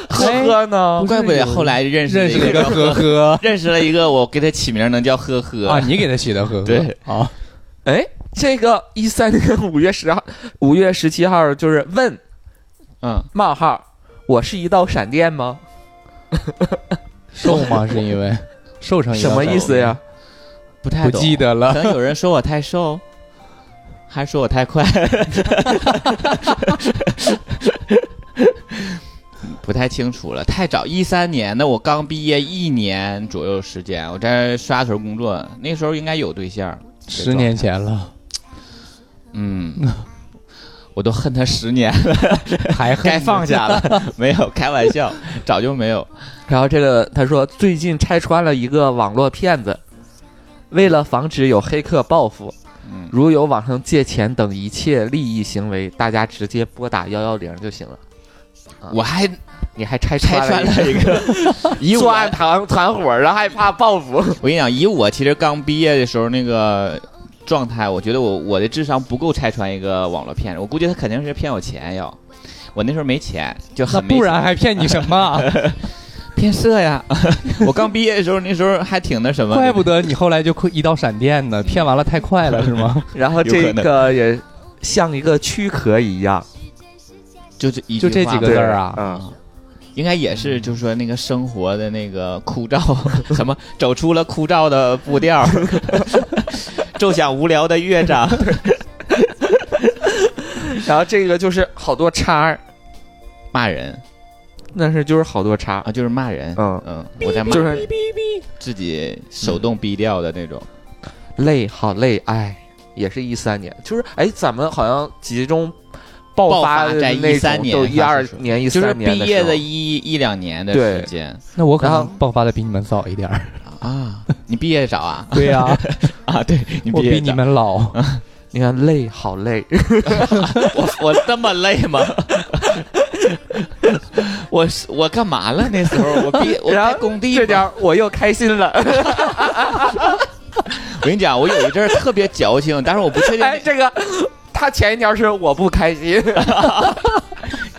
Speaker 5: 呵呢？
Speaker 4: 啊怪哎不得后来认识了
Speaker 6: 认识
Speaker 4: 一
Speaker 6: 了一个
Speaker 4: 个
Speaker 6: 呵呵
Speaker 4: 认识了一个，我给他起名能叫呵呵
Speaker 6: 啊，你给他起的呵呵，
Speaker 4: 对
Speaker 6: 啊，
Speaker 5: 哎，这个一三年五月十号、五月十七号就是问
Speaker 4: 嗯，
Speaker 5: 冒号，我是一道闪电吗？
Speaker 6: 瘦吗？是因为瘦
Speaker 4: 哎
Speaker 6: 成一个
Speaker 5: 什么意思呀？
Speaker 4: 不太
Speaker 6: 不
Speaker 4: 懂
Speaker 6: 记得了
Speaker 4: 可能有人说我太瘦，还说我太快， 不太清楚了。太早，一三年那我刚毕业一年左右时间，我在沙屯工作，那时候应该有对象。
Speaker 6: 十年前 了，
Speaker 4: 嗯，我都恨他十年了，
Speaker 6: 还恨
Speaker 4: 该放下了。 没有开玩笑，早就没有。
Speaker 5: 然后这个他说最近拆穿了一个网络骗子，为了防止有黑客报复，
Speaker 4: 嗯，
Speaker 5: 如有网上借钱等一切利益行为，大家直接拨打幺幺零就行了。
Speaker 4: 我还
Speaker 5: 你还拆
Speaker 4: 拆穿
Speaker 5: 了
Speaker 4: 了一个，以
Speaker 5: 作
Speaker 4: 我
Speaker 5: 案团团伙，然后还怕报复。
Speaker 4: 我跟你讲，以我其实刚毕业的时候那个状态，我觉得我我的智商不够拆穿一个网络骗子，我估计他肯定是骗我钱要。我那时候没钱，就
Speaker 6: 那
Speaker 4: 很没
Speaker 6: 不然
Speaker 4: 钱
Speaker 6: 还骗你什么？
Speaker 4: 骗色呀！ 我刚毕业的时候，那时候还挺那什么的，
Speaker 6: 怪不得你后来就快一道闪电呢，骗完了太快了是 吗？
Speaker 5: 然后这个也像一个躯壳一样，
Speaker 4: 就这一
Speaker 6: 就这
Speaker 4: 句话
Speaker 6: 几个
Speaker 4: 吧
Speaker 5: 对
Speaker 6: 字儿啊
Speaker 5: 嗯，
Speaker 4: 应该也是，就是说那个生活的那个枯燥，什么走出了枯燥的步调， 奏响无聊的乐章。
Speaker 5: 然后这个就是好多叉儿，
Speaker 4: 骂人
Speaker 5: 但是就是好多叉
Speaker 4: 啊，，就是骂人，
Speaker 5: 嗯
Speaker 4: 嗯，我在骂，
Speaker 5: 就是
Speaker 4: 自己手动逼掉的那种。
Speaker 5: 嗯累，好累，哎，也是一三年，就是哎，咱们好像集中爆发
Speaker 4: 爆
Speaker 5: 的
Speaker 4: 发在
Speaker 5: 那
Speaker 4: 13
Speaker 5: 种，
Speaker 4: 年
Speaker 5: 就一
Speaker 4: 好
Speaker 5: 二
Speaker 4: 像是
Speaker 5: 年、一
Speaker 4: 就是
Speaker 5: 三年
Speaker 4: 毕业
Speaker 5: 的
Speaker 4: 的
Speaker 5: 时候
Speaker 4: 一一两年的时间
Speaker 6: 那我可
Speaker 5: 然
Speaker 6: 能
Speaker 5: 后
Speaker 6: 爆发的比你们早一点儿。
Speaker 4: 啊，你毕业早啊
Speaker 6: 对呀、
Speaker 4: 啊，对你嗯
Speaker 6: 我
Speaker 4: 毕业
Speaker 6: 比
Speaker 4: 早
Speaker 6: 你们老。
Speaker 5: 你看累，好 累，
Speaker 4: 我我这么累吗？ 我是我干嘛了？那时候我毕我
Speaker 5: 然后
Speaker 4: 在工地
Speaker 5: 这
Speaker 4: 嘛
Speaker 5: 点儿我又开心了。
Speaker 4: 我跟你讲，我有一阵儿特别矫情，但是我不确定
Speaker 5: 哎，这个他前一条是我不开 心，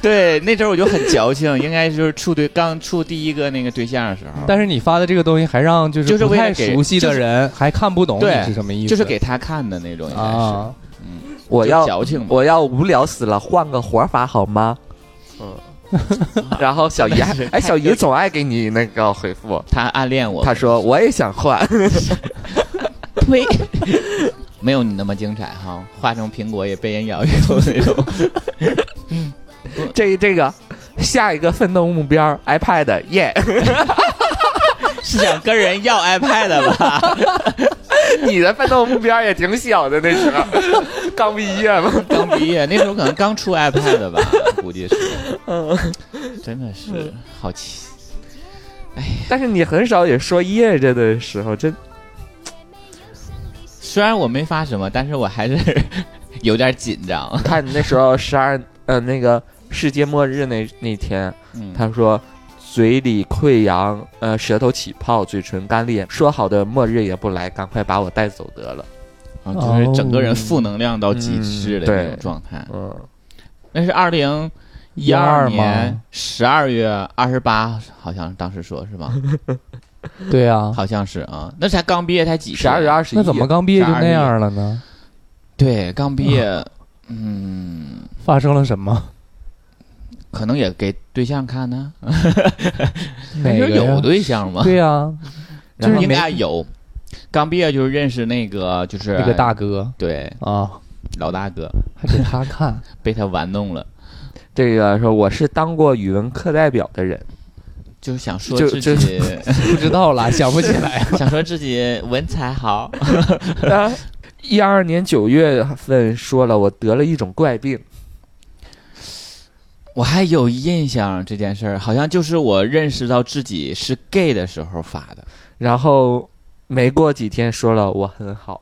Speaker 4: 对，那阵儿我就很矫情，应该就是处对刚处第一个那个对象的时候，
Speaker 6: 但是你发的这个东西还让就
Speaker 4: 就是是
Speaker 6: 不
Speaker 4: 为了
Speaker 6: 太
Speaker 4: 给
Speaker 6: 熟悉的人还看不懂
Speaker 4: 对
Speaker 6: 你是什么意思，
Speaker 4: 就是给他哎看的那种，应该是
Speaker 6: 啊，
Speaker 5: 我
Speaker 4: 就
Speaker 5: 要
Speaker 4: 矫情嘛。
Speaker 5: 我要无聊死了，换个活法好吗？嗯， 然后小姨 还
Speaker 4: 是
Speaker 5: 哎，小姨总爱给你那个回复，
Speaker 4: 他暗恋我，
Speaker 5: 她说我也想换，
Speaker 4: 呸，没有你那么精彩哈，化成苹果也被人咬一口那种。
Speaker 5: 这这个下一个奋斗目标 iPad 耶、
Speaker 4: 是想跟人要 iPad 吧？
Speaker 5: 你的奋斗目标也挺小的那时候，刚毕业嘛，
Speaker 4: 刚毕业那时候可能刚出 iPad 吧，估计是。真的是好奇。
Speaker 5: 但是你很少也说耶这的时候，真
Speaker 4: 虽然我没发什么，但是我还是 有点紧张。
Speaker 5: 看你那时候十二呃那个世界末日那那天，
Speaker 4: 嗯，
Speaker 5: 他说嘴里溃疡，呃，舌头起泡，嘴唇干裂，说好的末日也不来，赶快把我带走得了。
Speaker 4: 啊就是整个人负能量到极致的
Speaker 5: 嗯
Speaker 4: 那种
Speaker 5: 对
Speaker 4: 状态。
Speaker 5: 嗯，
Speaker 4: 那是二零一
Speaker 6: 12
Speaker 4: 二
Speaker 6: 吗
Speaker 4: 年十二月二十八，好像当时说是吧？
Speaker 6: 对啊，
Speaker 4: 好像是啊，那才刚毕业才几啊天
Speaker 5: 十二月二十一，
Speaker 6: 那怎么刚毕业就那样了呢？
Speaker 4: 对，刚毕业，嗯，
Speaker 6: 发生了什么？
Speaker 4: 可能也给对象看呢。
Speaker 6: 哪
Speaker 4: 那
Speaker 6: 个
Speaker 4: 时
Speaker 6: 呀
Speaker 4: 候有对象吗？
Speaker 6: 对啊呀，
Speaker 4: 就
Speaker 6: 然
Speaker 4: 是
Speaker 6: 后
Speaker 4: 应
Speaker 6: 没
Speaker 4: 该有。刚毕业就是认识那个，就是
Speaker 6: 那个大哥
Speaker 4: 对
Speaker 6: 啊，
Speaker 4: 老大哥，
Speaker 6: 还给 他看，
Speaker 4: 被他玩弄了，
Speaker 5: 这个说我是当过语文课代表的 人，
Speaker 4: 就是想说
Speaker 5: 就
Speaker 4: 自
Speaker 5: 就
Speaker 4: 己，
Speaker 6: 不知道 啦，想不起来。
Speaker 4: 想说自己文采好，
Speaker 5: 一二年九月份说了，我得了一种怪病，
Speaker 4: 我还有印象这件事儿，好像就是我认识到自己是 gay 的时候发的。
Speaker 5: 然后没过几天说了我很好，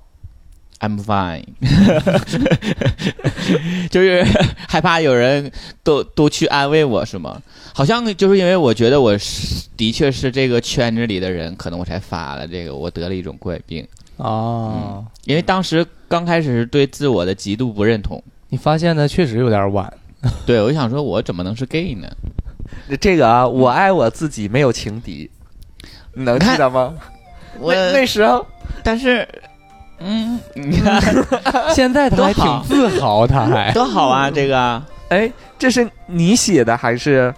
Speaker 4: I'm fine，就是害怕有人都都去安慰我是吗？好像就是因为我觉得我是的确是这个圈子里的人，可能我才发了这个，我得了一种怪病。
Speaker 6: 啊，
Speaker 4: 因为当时刚开始是对自我的极度不认同，
Speaker 6: 你发现的确实有点 晚。
Speaker 4: 对我想说，我怎么能是 gay 呢？
Speaker 5: 这个啊，我爱我自己，没有情敌，你能记得吗？
Speaker 4: 我
Speaker 5: 那那时候
Speaker 4: 但是，嗯，你看
Speaker 6: 现在他还挺
Speaker 4: 多好
Speaker 6: 自豪，他 还
Speaker 4: 多好啊，这个
Speaker 5: 哎，这是你写的还是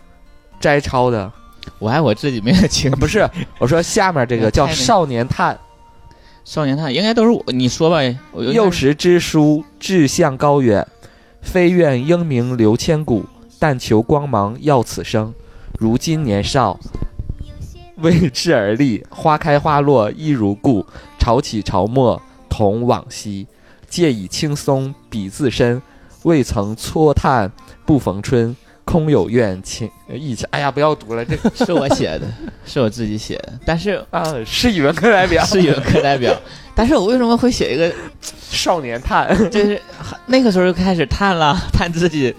Speaker 5: 摘抄的？
Speaker 4: 我爱我自己没有情
Speaker 5: 啊，不是，我说下面这个叫《少年探
Speaker 4: 少年探，应该都是我你说吧，我有点
Speaker 5: 幼时之书，志向高远，飞愿英名留千古，但求光芒耀此生。如今年少，为之而立，花开花落亦如故，潮起潮没同往昔。借以轻松比自身，未曾错叹不逢春。空有怨情意切。哎呀，不要读了，这
Speaker 4: 是我写的，是我自己写的，但是
Speaker 5: 啊是语文课代表，
Speaker 4: 是语文课代表。 但是我为什么会写一个？
Speaker 5: 少年探。
Speaker 4: 就是那个时候就开始探了，探自己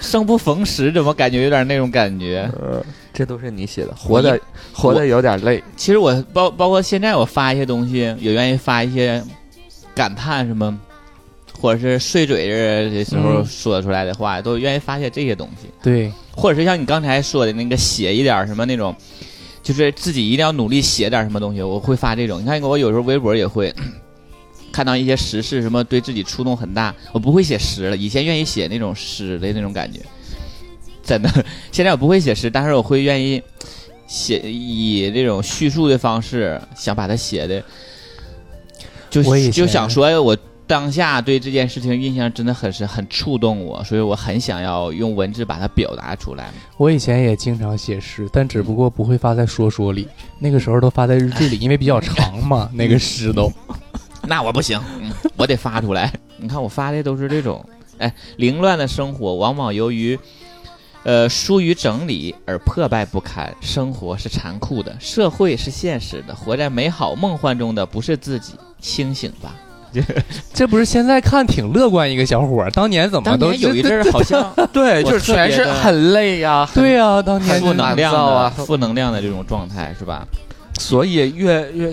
Speaker 4: 生不逢时，怎么感觉有点那种感觉？
Speaker 5: 这都是你写的，活的活的有点累。
Speaker 4: 其实我包包括现在我发一些东西，也愿意发一些感叹什么，或者是碎嘴子的时候
Speaker 6: 嗯
Speaker 4: 说出来的话，都愿意发些这些东西，
Speaker 6: 对，
Speaker 4: 或者是像你刚才说的那个写一点儿什么那种，就是自己一定要努力写点儿什么东西，我会发这种。你看我有时候微博也会。 看到一些时事什么，对自己触动很大。我不会写诗了，以前愿意写那种诗的那种感觉，真的。现在我不会写诗，但是我会愿意写以这种叙述的方式，想把它写的，就
Speaker 6: 我以前
Speaker 4: 就想说，哎我当下对这件事情印象真的很深，很触动我，所以我很想要用文字把它表达出来。
Speaker 6: 我以前也经常写诗，但只不过不会发在说说里，那个时候都发在日志 里，因为比较长嘛，那个诗
Speaker 4: 嗯
Speaker 6: 都。
Speaker 4: 那我不行，嗯我得发出来。你看我发的都是这种，哎，凌乱的生活往往由于，呃，疏于整理而破败不堪。生活是残酷的，社会是现实的，活在美好梦幻中的不是自己，清醒吧。
Speaker 6: 这不是现在看挺乐观一个小伙儿，当年怎么
Speaker 4: 当
Speaker 6: 都
Speaker 4: 年有一阵儿好像
Speaker 5: 对
Speaker 4: 就是全是
Speaker 5: 很累呀、
Speaker 4: 啊
Speaker 6: 对呀、当年
Speaker 4: 负能量
Speaker 5: 烦躁
Speaker 4: 的、
Speaker 5: 啊
Speaker 4: 负能量的这种状态是吧？
Speaker 5: 所以越越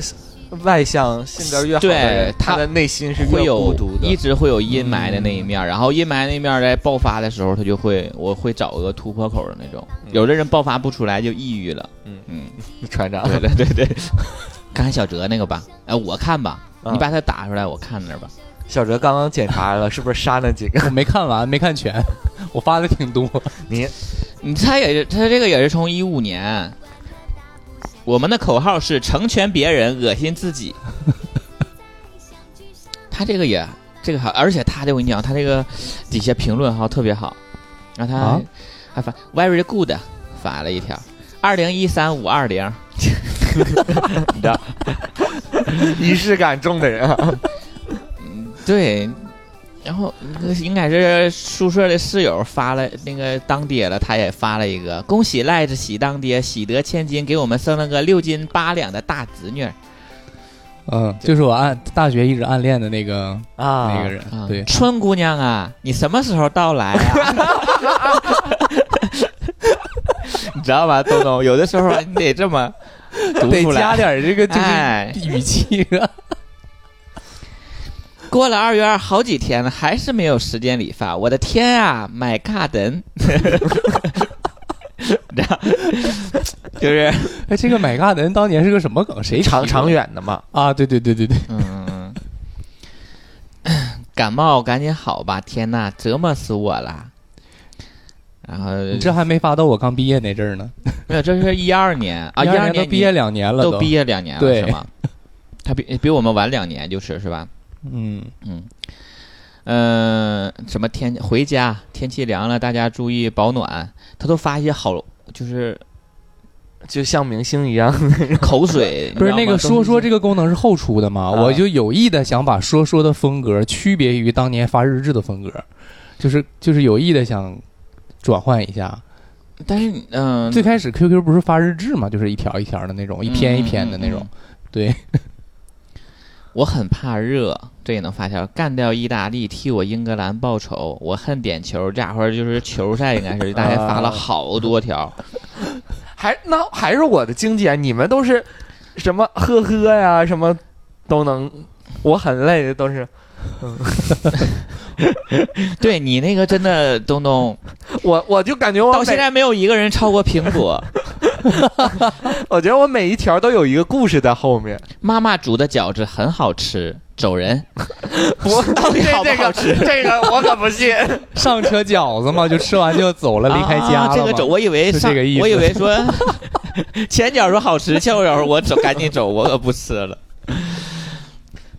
Speaker 5: 外向、性格越好的人
Speaker 4: 对，
Speaker 5: 他
Speaker 4: 他
Speaker 5: 的内心是
Speaker 4: 会
Speaker 5: 越孤
Speaker 4: 有
Speaker 5: 独
Speaker 4: 一
Speaker 5: 的。嗯
Speaker 4: 直会有阴霾的那一面儿，然后阴霾那一面儿在爆发的时候，他就会我会找个突破口的那种。
Speaker 5: 嗯
Speaker 4: 有的人爆发不出来就抑郁 了，
Speaker 5: 嗯
Speaker 4: 嗯。
Speaker 5: 船长，
Speaker 4: 对对 对对，看看小哲那个吧，哎，我看吧，
Speaker 5: 啊
Speaker 4: 你把它打出来，我看那儿吧。
Speaker 5: 小哲刚刚检查了，是不是杀那几个？
Speaker 6: 我没看完，没看全， 我发的挺多。
Speaker 4: 你嗯他也是，他这个也是从一五年，我们的口号是成全别人，恶心自己。他这个也这个好，而且他的我跟你讲，他这个底下评论哈特别好，然后他还,、
Speaker 6: 啊
Speaker 4: 还发 very good 发了一条。二零一三五二零，
Speaker 5: 仪式感重的人、啊，
Speaker 4: 对，然后呃应该是宿舍的室友发了那个当爹了，他也发了一个恭喜赖子喜当爹，喜得千金，给我们生了个六斤八两的大侄女儿
Speaker 6: 嗯， 就是我暗大学一直暗恋的那个、
Speaker 5: 啊
Speaker 6: 那个人，
Speaker 4: 啊！
Speaker 6: 对，
Speaker 4: 春姑娘啊，你什么时候到来啊？ 你知道吧，东东，有的时候你得这么读
Speaker 6: 得
Speaker 4: 出来
Speaker 6: 加。点儿这个就是
Speaker 4: 哎
Speaker 6: 语气啊。
Speaker 4: 过了二月二好几天了，还是没有时间理发。我的天啊，My God！然后就是，
Speaker 6: 哎，这个 My God 的人当年是个什么梗？谁提
Speaker 5: 长
Speaker 6: 的
Speaker 5: 长远的嘛。
Speaker 6: 啊？对对对对对，
Speaker 4: 嗯，感冒赶紧好吧！天呐，折磨死我了。然后
Speaker 6: 你这还没发到我刚毕业那阵儿呢。
Speaker 4: 没有，这是一二年啊，一
Speaker 6: 12
Speaker 4: 二
Speaker 6: 都
Speaker 4: 年
Speaker 6: 毕业两年了，
Speaker 4: 都毕
Speaker 6: 业。
Speaker 4: 业两年了
Speaker 6: 对
Speaker 4: 是吗？他比比我们晚两年，就是是吧？
Speaker 6: 嗯，
Speaker 4: 嗯，呃，什么天回家天气凉了，大家注意保暖。他都发一些好，就是
Speaker 5: 就像明星一样，
Speaker 4: 口水，
Speaker 6: 不是
Speaker 4: 你
Speaker 6: 那
Speaker 4: 知道吗
Speaker 6: 个说说这
Speaker 4: 都
Speaker 6: 个功能是后出的嘛？
Speaker 5: 啊
Speaker 6: 我就有意的想把说说的风格区别于当年发日志的风格，就是就是有意的想转换一下。
Speaker 4: 是但是嗯、
Speaker 6: 最开始 QQ 不是
Speaker 4: 嗯
Speaker 6: 发日志嘛，就是一条一条的那种，一篇一篇的那种。对，
Speaker 4: 我很怕热，这也能发酵。干掉意大利，替我英格兰报仇。我恨点球，这家伙就是球赛，应该是大概发了好多
Speaker 6: 啊
Speaker 4: 条。
Speaker 5: 还那还是我的经典，你们都是什么呵呵呀，什么都能，我很累的都是
Speaker 4: 对你那个真的，东东
Speaker 5: 我，我就感觉我
Speaker 4: 到
Speaker 5: 每
Speaker 4: 现在没有一个人超过苹果。
Speaker 5: 我觉得我每一条都有一个故事在后面。
Speaker 4: 妈妈煮的饺子很好吃，走人。
Speaker 5: 我到
Speaker 4: 底好不
Speaker 5: 这
Speaker 4: 好
Speaker 5: 个
Speaker 4: 吃
Speaker 5: 这个我可不信。
Speaker 6: 上车饺子嘛，就吃完就走了，离开家了
Speaker 4: 嗯啊
Speaker 6: 嘛。
Speaker 4: 这个走，我以为
Speaker 6: 是
Speaker 4: 上
Speaker 6: 这个意思
Speaker 4: 我以为说 前脚说好吃，后脚说我走，赶紧走，我可不吃了。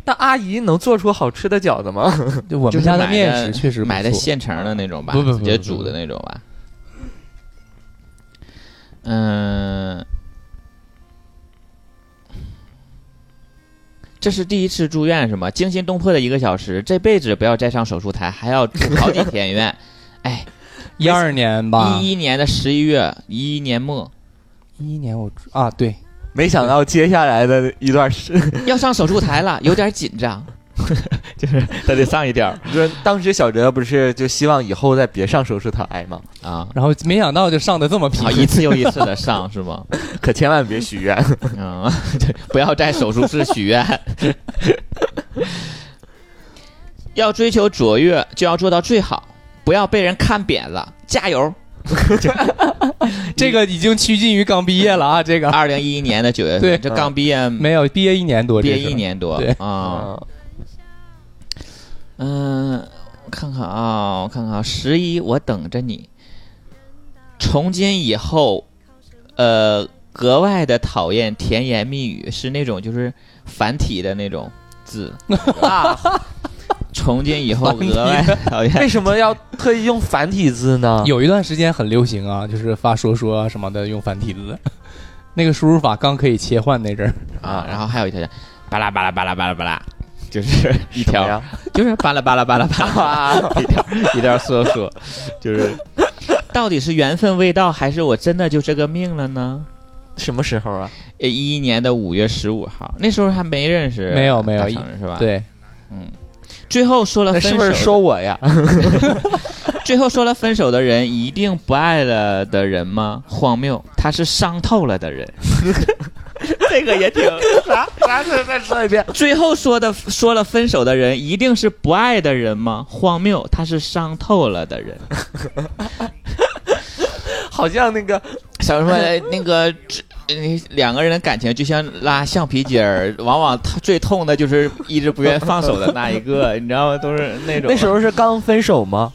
Speaker 5: 那阿姨能做出好吃的饺子吗？
Speaker 6: 就我
Speaker 4: 就是
Speaker 6: 们家的
Speaker 4: 买
Speaker 6: 面
Speaker 4: 的
Speaker 6: 食确实不
Speaker 4: 买的
Speaker 6: 错
Speaker 4: 现成的那种吧，
Speaker 6: 不不不
Speaker 4: 直接
Speaker 6: 不
Speaker 4: 煮
Speaker 6: 不
Speaker 4: 的那种吧。嗯、这是第一次住院是吗？惊心动魄的一个小时，这辈子不要再上手术台，还要住好几天 院。哎，
Speaker 6: 一二年吧，
Speaker 4: 一一年的十一月，一一年末
Speaker 6: 一一年我住啊，对，
Speaker 5: 没想到接下来的一段 是，
Speaker 4: 要上手术台了，有点紧张， 就是他得上一点儿
Speaker 5: 就是当时小哲不是就希望以后再别上手术台吗？
Speaker 4: 啊。
Speaker 6: 然后没想到就上的这么平
Speaker 4: 好，，啊一次又一次的上是 吗？
Speaker 5: 可千万别许愿。
Speaker 4: 嗯，对， 不要在手术室许 愿。要追求卓越，就要做到最好，不要被人看扁了。加油！
Speaker 6: 这个已经趋近于刚毕业了啊，这个
Speaker 4: 二零一一年的九月
Speaker 6: 对
Speaker 4: 份，这刚毕业，
Speaker 6: 没有毕业一年多，
Speaker 4: 毕业
Speaker 6: 这是
Speaker 4: 一，年多
Speaker 6: 对
Speaker 4: 啊。嗯，我看看啊，我看看啊，十一，我等着你。从今以后，呃，格外的讨厌甜言蜜语，是那种就是繁体的那种字啊。从今 以后，
Speaker 6: 繁体的
Speaker 4: 格外地讨厌
Speaker 5: 为什么要特意用繁体字呢？
Speaker 6: 有一段时间很流行啊，就是发说说啊什么的用繁体字， 那个输入法刚可以切换那 阵儿，
Speaker 4: 啊。然后还有一条叫巴拉巴拉巴拉巴拉巴拉，就是一
Speaker 5: 什么
Speaker 4: 条
Speaker 5: 呀，
Speaker 4: 就是巴拉巴拉巴拉巴拉 一条一条说说，就是 到底是缘分未到，还是我真的就这个命了呢？
Speaker 5: 什么时候啊？
Speaker 4: 呃，一一年的五月十五号，那时候还没认识，
Speaker 6: 没有没有
Speaker 4: 是吧？，嗯
Speaker 6: 对，
Speaker 4: 最后说了
Speaker 5: 那
Speaker 4: 分手，
Speaker 5: 是不是说我 呀？
Speaker 4: 最后说了分手的人一定不爱了的人吗？荒谬，他是伤透了的人。这个也挺啥？
Speaker 5: 咱再再说一遍。
Speaker 4: 最后说的说了分手的人一定是不爱的人吗？荒谬，他是伤透了的人。
Speaker 5: 好像那个
Speaker 4: 想说哎那个这呃两个人的感情就像拉橡皮筋儿，往往他最痛的就是一直不愿放手的那一个，你知道吗？都是那种
Speaker 5: 那时候是刚分手吗？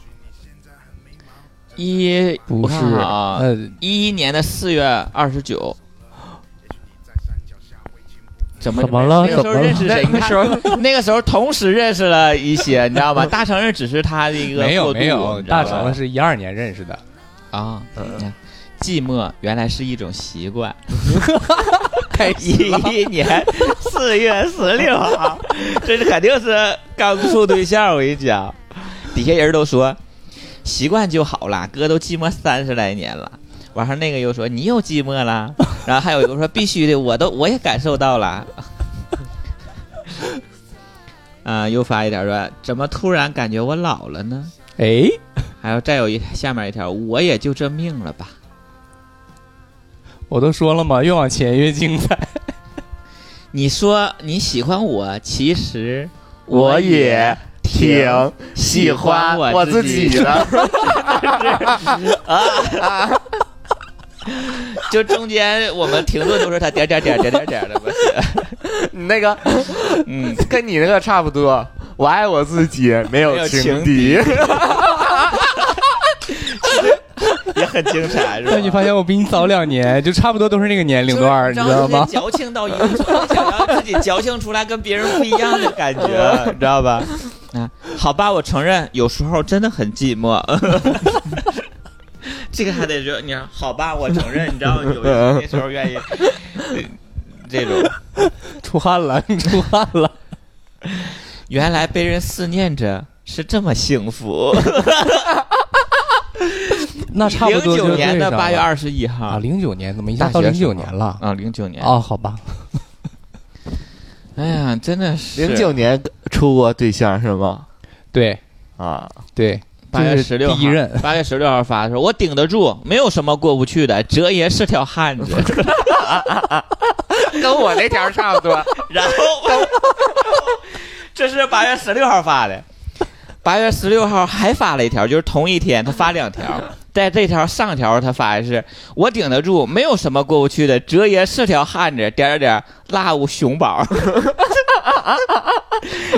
Speaker 4: 一
Speaker 6: 不是
Speaker 4: 我看看啊，
Speaker 6: 呃，
Speaker 4: 一一年的四月二十九。怎么
Speaker 6: 怎么了
Speaker 4: 那个时
Speaker 6: 怎
Speaker 4: 候
Speaker 6: 么了
Speaker 4: 认识谁？
Speaker 5: 哦那时候
Speaker 4: 你 看那个时候同时认识了一些，你知道吗？大成认只是他的一个
Speaker 6: 没有
Speaker 4: 过渡
Speaker 6: 没有，
Speaker 4: 你知道吧
Speaker 6: 大成是一二年认识的，
Speaker 4: 啊，你看寂寞原来是一种习惯。一一年四月十六号，这是肯定是刚处对象。我跟你讲，底下人都说习惯就好了，哥都寂寞三十来年了。完事儿那个又说你又寂寞了，然后还有一个说必须的，我都我也感受到了。 啊、又发一条说怎么突然感觉我老了呢？
Speaker 6: 哎，
Speaker 4: 还有再有一下面一条，我也就这命了吧。
Speaker 6: 我都说了嘛，越往前越精彩，
Speaker 4: 你说你喜欢我，其实
Speaker 5: 我也
Speaker 4: 也
Speaker 5: 挺喜欢我自己的。
Speaker 4: 就中间我们停顿都是他点点点点点点的吧？
Speaker 5: 你 那个
Speaker 4: 嗯，
Speaker 5: 跟你那个差不多。我爱我自己，没
Speaker 4: 没
Speaker 5: 有
Speaker 4: 有
Speaker 5: 情
Speaker 4: 情
Speaker 5: 敌。
Speaker 4: 也很精彩，是吧？
Speaker 6: 但你发现我比你早两年，就差不多都是那个年龄段儿，你知道吗？
Speaker 4: 矫情到一个程度， 想要自己矫情出来跟别人不一样的感觉，你知道 吧？
Speaker 6: 嗯
Speaker 4: 啊，好吧，我承认有时候真的很寂寞。 这个还得说，你看，好吧，我承认，你知道有一那时候愿意、呃这种。
Speaker 6: 出汗了， 你出汗了。
Speaker 4: 原来被人思念着是这么幸福。
Speaker 6: 那差不
Speaker 4: 零
Speaker 6: 多就
Speaker 4: 九
Speaker 6: 对
Speaker 4: 年的
Speaker 6: 上了啊
Speaker 4: 八月二十一号
Speaker 6: 啊，零九年怎么一下
Speaker 4: 大
Speaker 6: 到零
Speaker 4: 学时
Speaker 6: 九
Speaker 4: 候
Speaker 6: 年了？
Speaker 4: 啊，零九年
Speaker 6: 啊，好吧，
Speaker 4: 哎呀，真的是
Speaker 5: 零九年处过对象是吗？
Speaker 6: 对
Speaker 5: 啊，
Speaker 6: 对，
Speaker 4: 八月
Speaker 6: 这
Speaker 4: 十
Speaker 6: 是
Speaker 4: 六号
Speaker 6: 第一任，
Speaker 4: 八月十六号发的时候，我顶得住，没有什么过不去的。哲爷是条汉 子，
Speaker 5: 跟我那条差不多。
Speaker 4: 然后 这是八月十六号发的，八月十六号还发了一条，就是同一天他发两 条，在这条上条他发的是我顶得住，没有什么过不去的，哲爷是条汉子，点儿点儿点儿，辣无熊宝。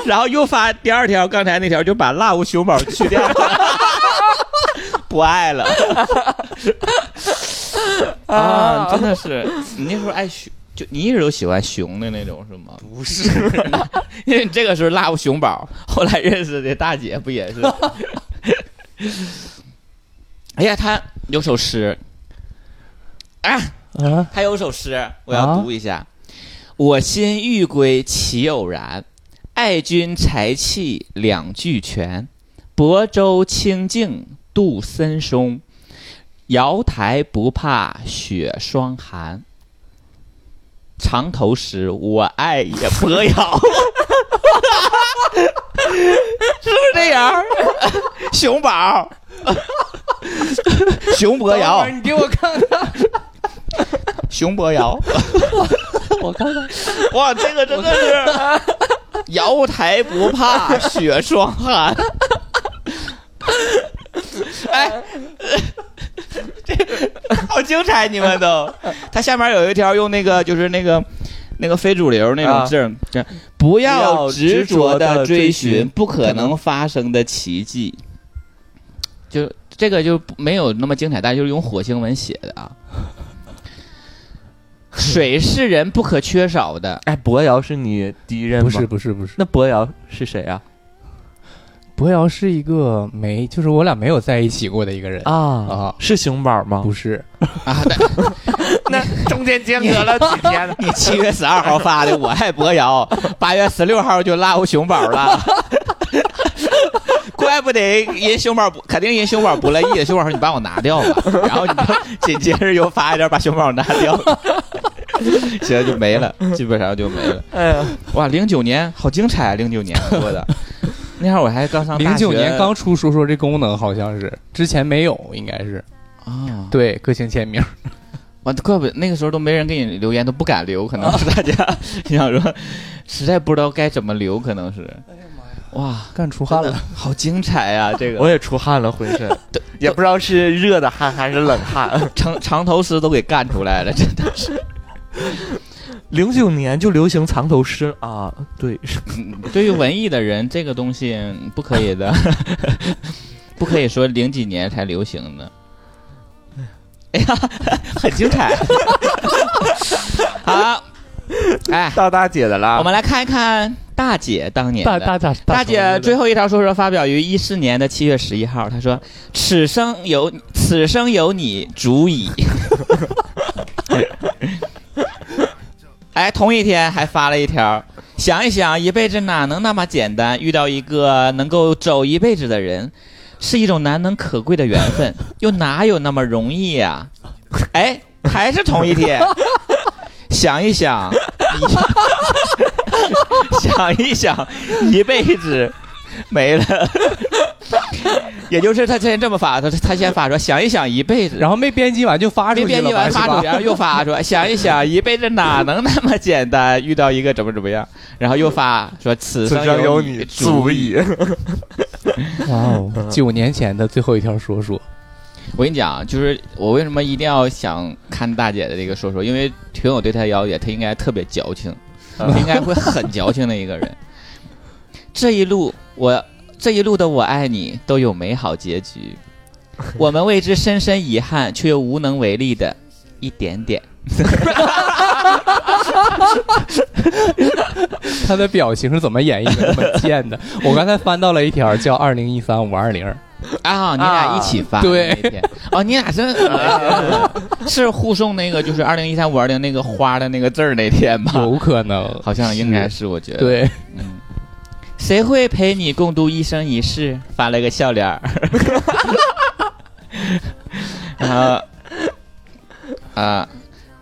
Speaker 4: 然后又发第二条，刚才那条就把辣无熊宝去掉了， 不爱了。啊，真的是，你那时候爱熊，就你一直都喜欢熊的那种是吗？不是， 因为你这个时候辣无熊宝，后来认识的大姐不也是？ 哎呀，他有首诗，啊，
Speaker 6: 啊，
Speaker 4: 他有首诗，我要读一下：我心欲归其偶然，爱君才气两俱全。薄舟清静渡森松，瑶台不怕雪霜寒。长头诗，我爱也伯瑶，是不是这样儿？ 熊宝， 熊伯
Speaker 6: 等会
Speaker 4: 瑶
Speaker 6: 儿，你给我看 看，
Speaker 4: 熊伯瑶。
Speaker 6: 我看看，
Speaker 4: 哇，这个真的是瑶台不怕雪霜寒。哎，这好精彩！你们都，它下面有一条用那个就是那个那个非主流那种字儿，这样不要执着的追寻不可能发生的奇迹。就这个就没有那么精彩，但就是用火星文写的 啊。水是人不可缺少的，
Speaker 5: 哎，伯瑶是你第一任
Speaker 6: 不
Speaker 5: 吗？
Speaker 6: 是，不是不是，
Speaker 5: 那伯瑶是谁啊？
Speaker 6: 博瑶是一个没，就是我俩没有在一起过的一个人
Speaker 5: 啊，是熊宝吗？
Speaker 6: 不是，
Speaker 4: 啊，？
Speaker 5: 那中间间隔了几天呢
Speaker 4: 你七月十二号发的《我爱伯瑶》，八月十六号就拉过熊宝了， 怪不得人熊宝不肯定人熊宝不乐意，熊宝说你把我拿掉吧，然后你就 紧接着又发一条把熊宝拿掉了， 行就没了，基本上就没 了。
Speaker 5: 哎呀，
Speaker 4: 哇，零九年好精彩啊！零九年过的， 那会儿我还刚上大
Speaker 6: 零
Speaker 4: 学
Speaker 6: 九年刚出说说这功能好像是之前没有，应该是
Speaker 4: 啊，
Speaker 6: 对个性签名，
Speaker 4: 我怪不得啊那个时候都没人给你留言，都不敢留，可能是大家心想说，实在不知道该怎么留，可能是。哇，
Speaker 6: 干出汗了，
Speaker 4: 好精彩呀、这
Speaker 5: 我
Speaker 4: 个
Speaker 5: 也出汗了，浑身也不知道是热的汗还是冷汗。
Speaker 4: 长长头诗都给干出来了，真的是。
Speaker 5: 零九年就流行藏头诗啊，对，是
Speaker 4: 嗯 对于文艺的人，这个东西不可以的， 不可以说零几年才流行的。 哎呀，很精 彩。好，哎，
Speaker 5: 到大姐的
Speaker 4: 我
Speaker 5: 啦。
Speaker 4: 们来看一看大姐当年
Speaker 6: 大
Speaker 4: 的
Speaker 6: 大大
Speaker 4: 大姐最
Speaker 6: 后
Speaker 4: 后一条说说发表于一四年的七月十一号，她说：“此生有此生有你足矣。” 哎，同一天还发了一条，想一想，一辈子哪能那么简单？遇到一个能够走一辈子的人，是一种难能可贵的缘分，又哪有那么容易啊呀、哎，还是同一 天，想一想， 想一想，一辈子没了。 也就是他先这么发，他他先发说想一想一辈子，
Speaker 6: 然后没编辑完就发出
Speaker 4: 没
Speaker 6: 去了
Speaker 4: 编
Speaker 6: 吧，
Speaker 4: 辑完发出去，
Speaker 6: 是吧
Speaker 4: 然后又发说 想一想一辈子哪能那么简单，遇到一个怎么怎么样，然后又发说此
Speaker 5: 此生有
Speaker 4: 有
Speaker 5: 你足
Speaker 4: 足矣。
Speaker 5: 矣。
Speaker 6: 哇哦，九年前的最后一条说说，
Speaker 4: 我跟你讲，啊就是我为什么一定要想看大姐的这个说说，因为听我对她了解，她应该特别矫情，
Speaker 5: 嗯
Speaker 4: 她应该会很矫情的一个人。这一路我这一路的我爱你都有美好结局，我们为之深深遗憾却又无能为力的一点点。
Speaker 6: 他的表情是怎么演绎的那么贱 的？我刚才翻到了一条叫“二零一三五二零
Speaker 4: 啊，你俩一起发、
Speaker 6: 对
Speaker 4: 那天，哦，你俩真、哎是互送那个就是二零一三五二零那个花的那个字儿那天”，吧？
Speaker 6: 有可能，
Speaker 4: 好像应该是，我觉得。
Speaker 6: 对，
Speaker 4: 嗯，谁会陪你共度一生一世？发了个笑脸儿，然后啊、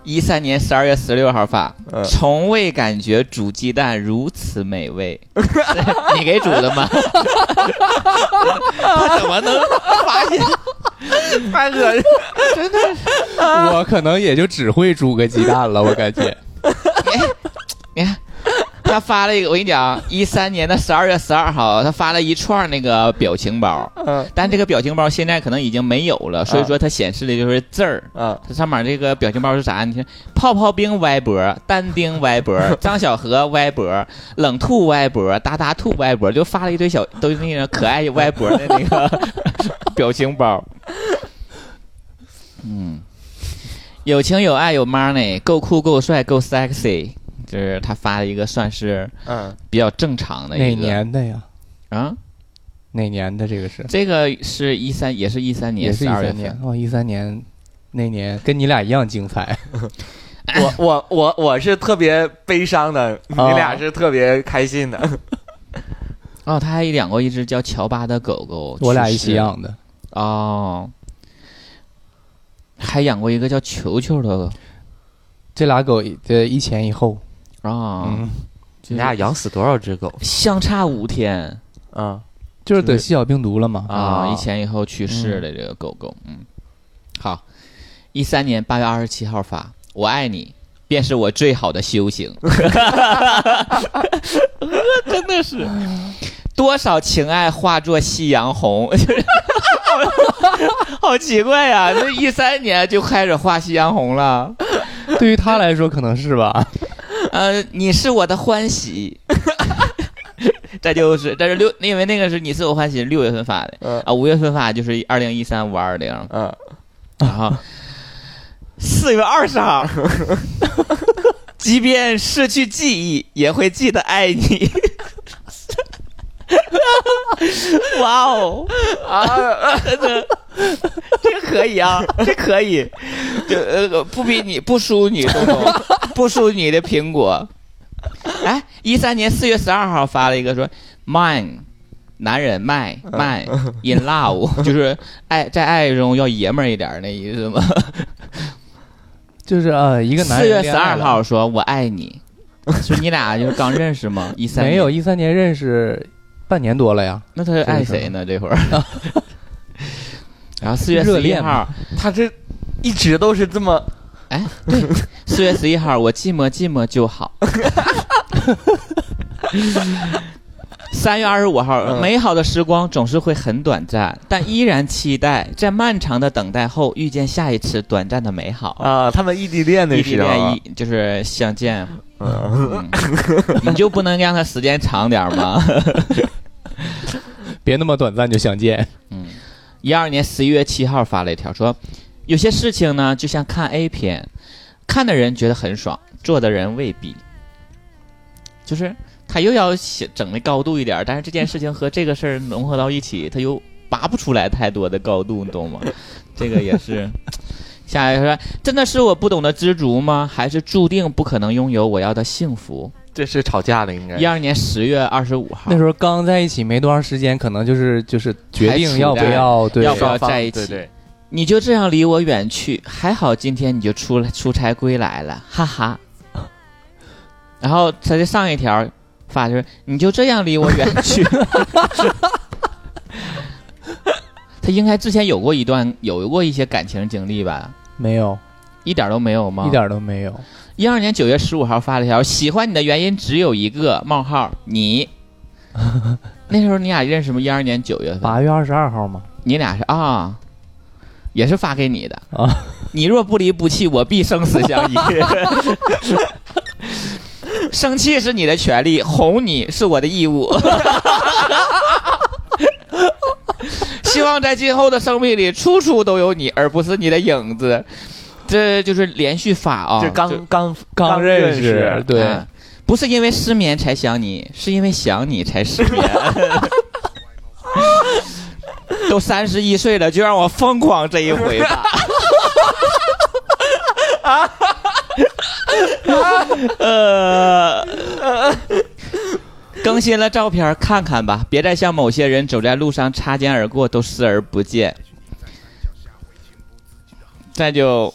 Speaker 4: 一三年十二月十六号发，
Speaker 5: 嗯
Speaker 4: 从未感觉煮鸡蛋如此美味。 是你给煮的吗？他怎么能发现？
Speaker 5: 太恶心。
Speaker 6: 我可能也就只会煮个鸡蛋了，我 感觉。
Speaker 4: 你看，他发了一个，我跟你讲，一三年的十二月十二号，他发了一串那个表情包，
Speaker 5: 嗯
Speaker 4: 但这个表情包现在可能已经没有了，
Speaker 6: 啊
Speaker 4: 所以说它显示的就是字儿。
Speaker 5: 啊，
Speaker 4: 它上面这个表情包是啥？你看，泡泡冰歪脖，单丁歪脖， 张小河歪脖，冷兔歪脖，达达兔歪脖，就发了一堆小都是那种可爱歪脖的那 个表情包。嗯，有情有爱有 money，够酷够帅够 sexy，就是他发了一个算是
Speaker 5: 嗯，
Speaker 4: 比较正常的
Speaker 6: 哪
Speaker 4: 一个
Speaker 6: 年的呀？
Speaker 4: 啊，
Speaker 6: 哪年的这个是？
Speaker 4: 这个是一三也是一三
Speaker 6: 也
Speaker 4: 年
Speaker 6: 是
Speaker 4: 十
Speaker 6: 一
Speaker 4: 二月
Speaker 6: 三
Speaker 4: 份
Speaker 6: 年。，哦，一三年那年跟你俩一样精彩。
Speaker 5: 我我我我是特别悲伤的，你俩是特别开心的。
Speaker 4: 哦，他还养过一只叫乔巴的狗狗，
Speaker 6: 我俩
Speaker 4: 去
Speaker 6: 一
Speaker 4: 世
Speaker 6: 起养的。
Speaker 4: 哦，还养过一个叫球球的
Speaker 6: 这俩狗的一前一后，
Speaker 4: 啊，
Speaker 6: 嗯，
Speaker 4: 就
Speaker 5: 你俩
Speaker 4: 是
Speaker 5: 养死多少只 狗？
Speaker 4: 相差五天
Speaker 5: 啊，
Speaker 6: 就是
Speaker 5: 就
Speaker 6: 得细小病毒了嘛。
Speaker 4: 啊，
Speaker 5: 啊
Speaker 4: 一前一后去世的这个狗狗，嗯，好，一三年八月二十七号发，我爱你。便是我最好的修行， 真的是多少情爱化作夕阳红， 就是好好奇怪呀、这一三年就开始画夕阳红了。
Speaker 6: 对于他来说可能 是吧。
Speaker 4: 呃，你是我的欢喜。 这就是，这是六，因为那个是你是我欢喜，六月份发的
Speaker 5: 嗯
Speaker 4: 啊，五月份发就是二零一三五二零，
Speaker 5: 嗯，
Speaker 4: 然后四月二十号， 即便失去记忆，也会记得爱你。哇哦啊，真的，这个可以啊，这可以，就呃不比你不输你东东，不输你的苹果。哎，一三年四月十二号发了一个说，mine，男人卖卖 in love，就是爱在爱中要爷们儿一点儿那意思吗？
Speaker 6: 就是呃，一个男
Speaker 4: 四
Speaker 6: 人
Speaker 4: 月十
Speaker 6: 恋爱
Speaker 4: 二
Speaker 6: 了
Speaker 4: 号说我爱 你，是你俩就是刚认识吗？一三
Speaker 6: 没有，一三年认识半年多了呀。
Speaker 4: 那他爱谁呢？这会儿，然后四月
Speaker 6: 热
Speaker 4: 十一
Speaker 6: 恋
Speaker 4: 号
Speaker 6: 嘛，
Speaker 5: 他这一直都是这么
Speaker 4: 哎，对， 四月十一号我寂寞寂寞就好。三月二十五号，
Speaker 5: 嗯
Speaker 4: 美好的时光总是会很短暂，但依然期待在漫长的等待后遇见下一次短暂的美好。
Speaker 5: 啊，他们异地恋
Speaker 4: 异
Speaker 5: 的
Speaker 4: 地
Speaker 5: 时候
Speaker 4: 恋
Speaker 5: 啊，
Speaker 4: 一就是相见，嗯你就不能让他时间长点儿吗？
Speaker 6: 别那么短暂就相见。
Speaker 4: 一二年十一月七号发了一条说，有些事情呢就像看 A 片，看的人觉得很爽，做的人未必。就是他又要写整的高度一点儿，但是这件事情和这个事儿融合到一起，他又拔不出来太多的高度，你懂吗？这个也是。下一个说，真的是我不懂得知足吗？还是注定不可能拥有我要的幸福？
Speaker 5: 这是吵架了，应该
Speaker 4: 一二年十月二十五号
Speaker 6: 那，时候刚在一起没多长时间，可能就是就是决
Speaker 4: 还
Speaker 6: 定
Speaker 4: 处
Speaker 6: 要不
Speaker 4: 在
Speaker 6: 要对
Speaker 4: 要不要
Speaker 5: 双方
Speaker 4: 在一起
Speaker 5: 对对，
Speaker 4: 你就这样离我远去，还好今天你就出来出差归来了，哈哈。然后他就上一条发就是，你就这样离我远去。他应该之前有过一段有过一些感情经历吧？
Speaker 6: 没有，
Speaker 4: 一点都没有吗？嗯
Speaker 6: 一点都没有。
Speaker 4: 一二年九月十五号发了一条：“喜欢你的原因只有一个，冒号 你。”那时候你俩认识吗？一二年九月份，
Speaker 6: 八月二十二号嘛，
Speaker 4: 你俩是啊，也是发给你的
Speaker 6: 啊。
Speaker 4: 你若不离不弃，我必生死相依。生气是你的权利，哄你是我的义务。 希望在今后的生命里，处处都有你，而不是你的影子。这就是连续发啊，
Speaker 5: 这
Speaker 4: 就
Speaker 5: 刚刚
Speaker 6: 刚认
Speaker 5: 认
Speaker 6: 识
Speaker 5: 识，
Speaker 6: 对
Speaker 4: 啊不是因为失眠才想你，是因为想你才失眠。都三十一岁了，就让我疯狂这一回吧。呃，更新了照片看看吧，别再像某些人走在路上擦肩而过都视而不见。再就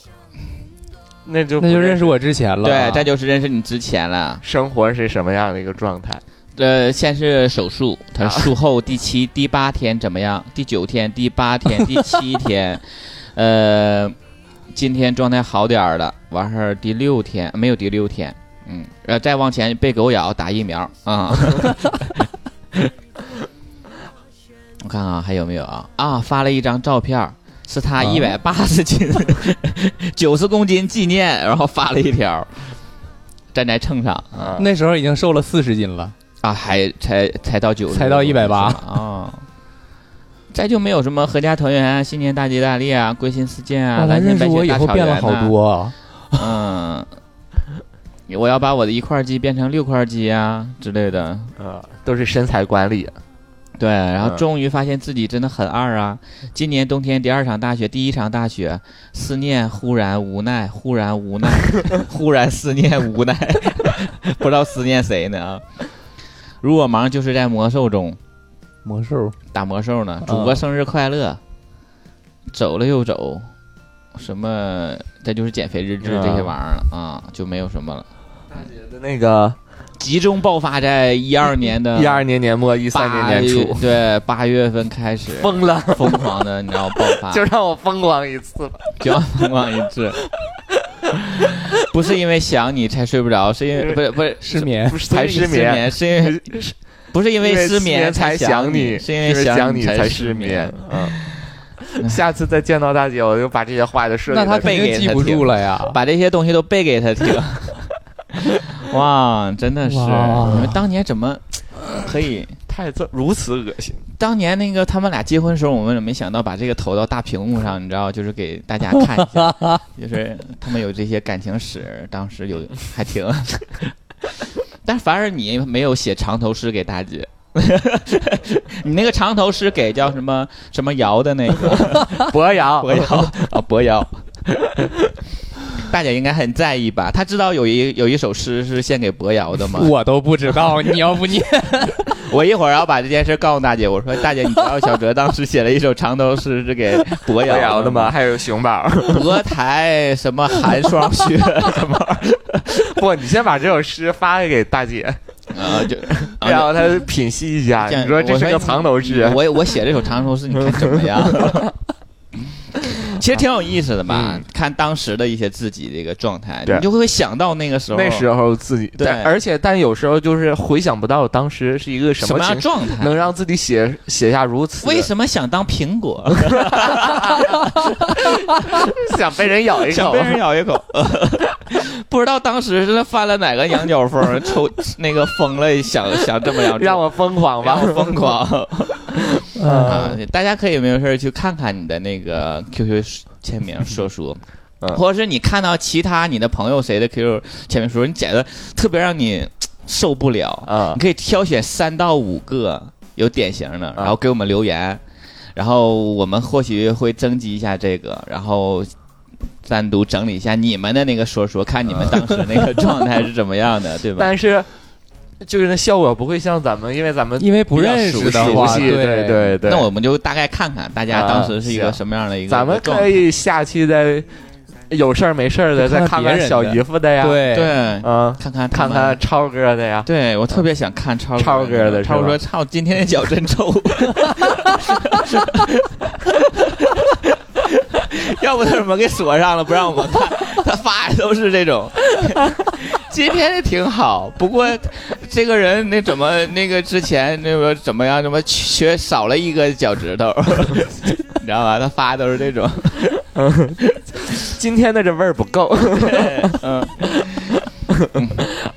Speaker 5: 那就
Speaker 6: 那就
Speaker 5: 不
Speaker 6: 认识我之前了。
Speaker 4: 对，
Speaker 6: 啊
Speaker 4: 这就是认识你之前了。
Speaker 5: 生活是什么样的一个状态？
Speaker 4: 呃，先是手术，他
Speaker 5: 啊
Speaker 4: 术后第七、第八天怎么样？第九天、第八天、第七天，呃，今天状态好点儿了，完事儿第六天没有第六天，嗯，呃，再往前被狗咬打疫苗啊。我看看还有没有啊？啊，发了一张照片儿，是他一百八十斤、九十公斤纪念，然后发了一条，站在秤上啊。
Speaker 5: 啊，
Speaker 6: 那时候已经瘦了四十斤了。
Speaker 4: 啊，还才才到九，
Speaker 6: 才到180
Speaker 4: 啊。再就没有什么合家团圆啊、新年大吉大利啊、归心似箭啊、
Speaker 6: 哇来
Speaker 4: 蓝天
Speaker 6: 认识
Speaker 4: 白雪
Speaker 6: 我以
Speaker 4: 大
Speaker 6: 后
Speaker 4: 草
Speaker 6: 变了
Speaker 4: 原
Speaker 6: 好
Speaker 4: 呐。
Speaker 6: 多啊。
Speaker 4: 嗯，我要把我的一块鸡变成六块鸡啊之类的。
Speaker 5: 呃，都是身材管理，
Speaker 4: 对，然后
Speaker 5: 嗯
Speaker 4: 终于发现自己真的很二啊！今年冬天第二场大雪，第一场大雪，思念忽然无奈，忽然无奈， 忽然思念无奈， 不知道思念谁呢啊！如果忙就是在魔兽中，
Speaker 6: 魔兽
Speaker 4: 打魔兽呢，主播生日快乐，走了又走，什么这就是减肥日志
Speaker 5: 啊
Speaker 4: 这些玩意儿了啊，就没有什么了。
Speaker 5: 那个
Speaker 4: 集中爆发在 一二年的
Speaker 5: 一二年年末一三年
Speaker 4: 八
Speaker 5: 年初
Speaker 4: 月，对八月份开始
Speaker 5: 疯了，
Speaker 4: 疯狂的，你知道爆 发，
Speaker 5: 就让我疯狂一次吧。
Speaker 4: 就要疯狂一次。不是因为想你才睡不着，是因为不是不是
Speaker 6: 失眠
Speaker 5: 不是
Speaker 4: 不
Speaker 5: 才
Speaker 4: 是因
Speaker 5: 失
Speaker 4: 为
Speaker 5: 眠，
Speaker 4: 是因为不是因为失眠
Speaker 5: 才
Speaker 4: 想
Speaker 5: 你，
Speaker 4: 是因
Speaker 5: 因
Speaker 4: 为
Speaker 5: 想
Speaker 4: 你
Speaker 5: 才
Speaker 4: 失
Speaker 5: 眠。嗯，下次再见到大姐，我就把这些话就设计
Speaker 6: 那他
Speaker 5: 在
Speaker 4: 背
Speaker 6: 肯
Speaker 4: 给
Speaker 6: 定
Speaker 4: 他
Speaker 6: 记不住了呀。
Speaker 4: 把这些东西都背给他听。哇，真的是
Speaker 6: 哇
Speaker 4: 你们当年怎么可以？
Speaker 5: 太这如此恶心。
Speaker 4: 当年那个他们俩结婚的时候，我们怎么没想到把这个投到大屏幕上？你知道，就是给大家看一下，就是他们有这些感情史，当时有还挺。 但反而你没有写长头诗给大姐， 你那个长头诗给叫什么什么瑶的那个，
Speaker 5: 博瑶，
Speaker 4: 博瑶啊，博瑶。大姐应该很在意吧？她知道有一有一首诗是献给博瑶的吗？
Speaker 6: 我都不知道，你要不 你
Speaker 4: 我一会儿要把这件事告诉大姐。我说大姐，你知道小哲当时写了一首长头诗是给博
Speaker 5: 博瑶
Speaker 4: 瑶
Speaker 5: 的吗？？还有熊宝，
Speaker 4: 博台什么寒霜雪什么？
Speaker 5: 不，你先把这首诗发给大姐，
Speaker 4: 啊，就啊
Speaker 5: 然后她品析一下。
Speaker 4: 这样
Speaker 5: 你说这
Speaker 4: 我
Speaker 5: 是个
Speaker 4: 你
Speaker 5: 藏头诗，
Speaker 4: 我我写这首长头诗，你看怎么样？ 其实挺有意思的吧，
Speaker 5: 嗯
Speaker 4: 看当时的一些自己的一个状态，
Speaker 5: 对
Speaker 4: 你就会想到那个时候，
Speaker 5: 那时候自己，
Speaker 4: 对
Speaker 5: 但而且但有时候就是回想不到当时是一个什
Speaker 4: 什么
Speaker 5: 么
Speaker 4: 样
Speaker 5: 情
Speaker 4: 状态，
Speaker 5: 能让自己写写下如此，
Speaker 4: 为什么想当苹果？
Speaker 5: 么想被人咬一
Speaker 4: 想
Speaker 5: 口
Speaker 4: 被？人咬一口， 不知道当时是翻了哪个羊角风，抽 那个疯了，想想这么样做，
Speaker 5: 让我疯狂吧
Speaker 4: 让，我疯 狂
Speaker 6: 嗯
Speaker 4: 啊！大家可以没有事儿去看看你的那个 QQ 签名说书。
Speaker 5: 嗯
Speaker 4: 或者是你看到其他你的朋友谁的 QQ 签名说，你觉得特别让你受不了，
Speaker 5: 啊
Speaker 4: 你！可以挑选三到五个有典型的，
Speaker 5: 啊
Speaker 4: 然后给我们呃留言，然后我们或许会征集一下这个，然后单独整理一下你们的那个说说，看你们当时那个状态是怎么样 的，对吧？
Speaker 5: 但是就是那效果不会像咱们，因为咱们
Speaker 6: 因为不认识
Speaker 5: 熟
Speaker 6: 的
Speaker 5: 熟
Speaker 6: 话，
Speaker 5: 悉，对对对。
Speaker 4: 那我们就大概看看大家当时是一个
Speaker 5: 啊
Speaker 4: 什么样的一个
Speaker 5: 咱
Speaker 4: 状态、
Speaker 5: 们可以下期再有事儿没事儿的再
Speaker 6: 看
Speaker 5: 看
Speaker 6: 看
Speaker 5: 看
Speaker 6: 别人
Speaker 5: 小
Speaker 6: 的
Speaker 5: 姨夫的呀，，
Speaker 6: 对
Speaker 4: 对
Speaker 5: 嗯，
Speaker 4: 看看他
Speaker 5: 看
Speaker 4: 们
Speaker 5: 看。超哥的呀，
Speaker 4: 对，我特别想看超
Speaker 5: 超哥的是吧
Speaker 4: 超哥说：“操，今天的脚真 臭，要不他怎么给锁上了，不让我们看？他发的都是这 种。今天是挺好，不过这个人那怎么那个之前那个怎么样，怎么缺少了一个脚趾 头，你知道吧？他发的都是这种。”
Speaker 5: 今天的这味儿不 够，
Speaker 4: 嗯，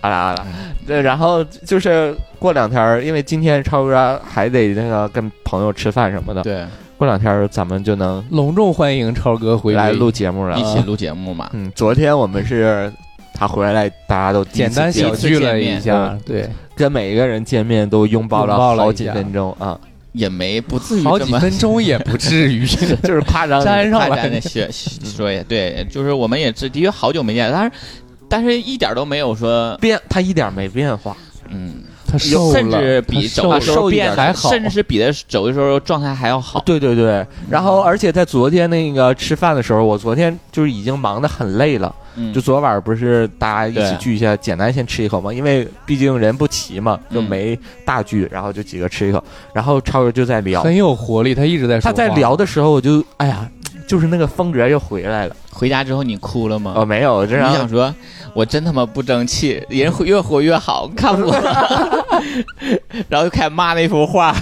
Speaker 5: 啊啦啊啦。对，然后就是过两天儿，因为今天超哥还得那个跟朋友吃饭什么的，
Speaker 4: 对，
Speaker 5: 过两天儿咱们就能
Speaker 6: 隆重欢迎超哥回归
Speaker 5: 来录节目了
Speaker 4: 一。起录节目嘛。
Speaker 5: 嗯，昨天我们是他回来，大家都第一
Speaker 6: 简
Speaker 5: 次
Speaker 6: 单
Speaker 5: 见
Speaker 6: 小
Speaker 5: 面
Speaker 6: 聚了
Speaker 4: 第一
Speaker 6: 一
Speaker 4: 次
Speaker 5: 见面
Speaker 6: 下，对，
Speaker 5: 跟每一个人见面都拥抱了
Speaker 6: 拥抱了
Speaker 5: 好
Speaker 6: 一
Speaker 5: 几
Speaker 6: 下
Speaker 5: 分钟啊，
Speaker 4: 也没不至于
Speaker 6: 好
Speaker 4: 这
Speaker 6: 几
Speaker 4: 么
Speaker 6: 分钟也不至 于
Speaker 5: 就是夸张
Speaker 6: 粘上
Speaker 4: 大家
Speaker 6: 了
Speaker 4: 那。 学说也对，就是我们也是的确好久没见，但是但是一点都没有说，
Speaker 5: 变，他一点没变化，
Speaker 4: 嗯，
Speaker 6: 他瘦了，
Speaker 4: 甚至比走
Speaker 6: 他瘦
Speaker 4: 的
Speaker 6: 了
Speaker 4: 时候变得
Speaker 6: 还好，
Speaker 4: 甚至是比的走的时候状态还要好。
Speaker 5: 对对对，然后而且在昨天那个吃饭的时候，我昨天就是已经忙得很累了，
Speaker 4: 嗯
Speaker 5: 就昨晚不是大家一起
Speaker 4: 对
Speaker 5: 聚一下，简单先吃一口嘛，因为毕竟人不齐嘛，就
Speaker 4: 嗯
Speaker 5: 没大聚，然后就几个吃一口，然后超哥就在聊，
Speaker 6: 很有活力，他一直在说
Speaker 5: 他
Speaker 6: 话
Speaker 5: 在聊的时候，我就哎呀，就是那个风格又回来了，
Speaker 4: 回家之后你哭了吗？
Speaker 5: 哦，没有，这
Speaker 4: 嗯你
Speaker 5: 让
Speaker 4: 想说，我真他妈不争气，人越活越好，看 我，然后就开始骂那幅画。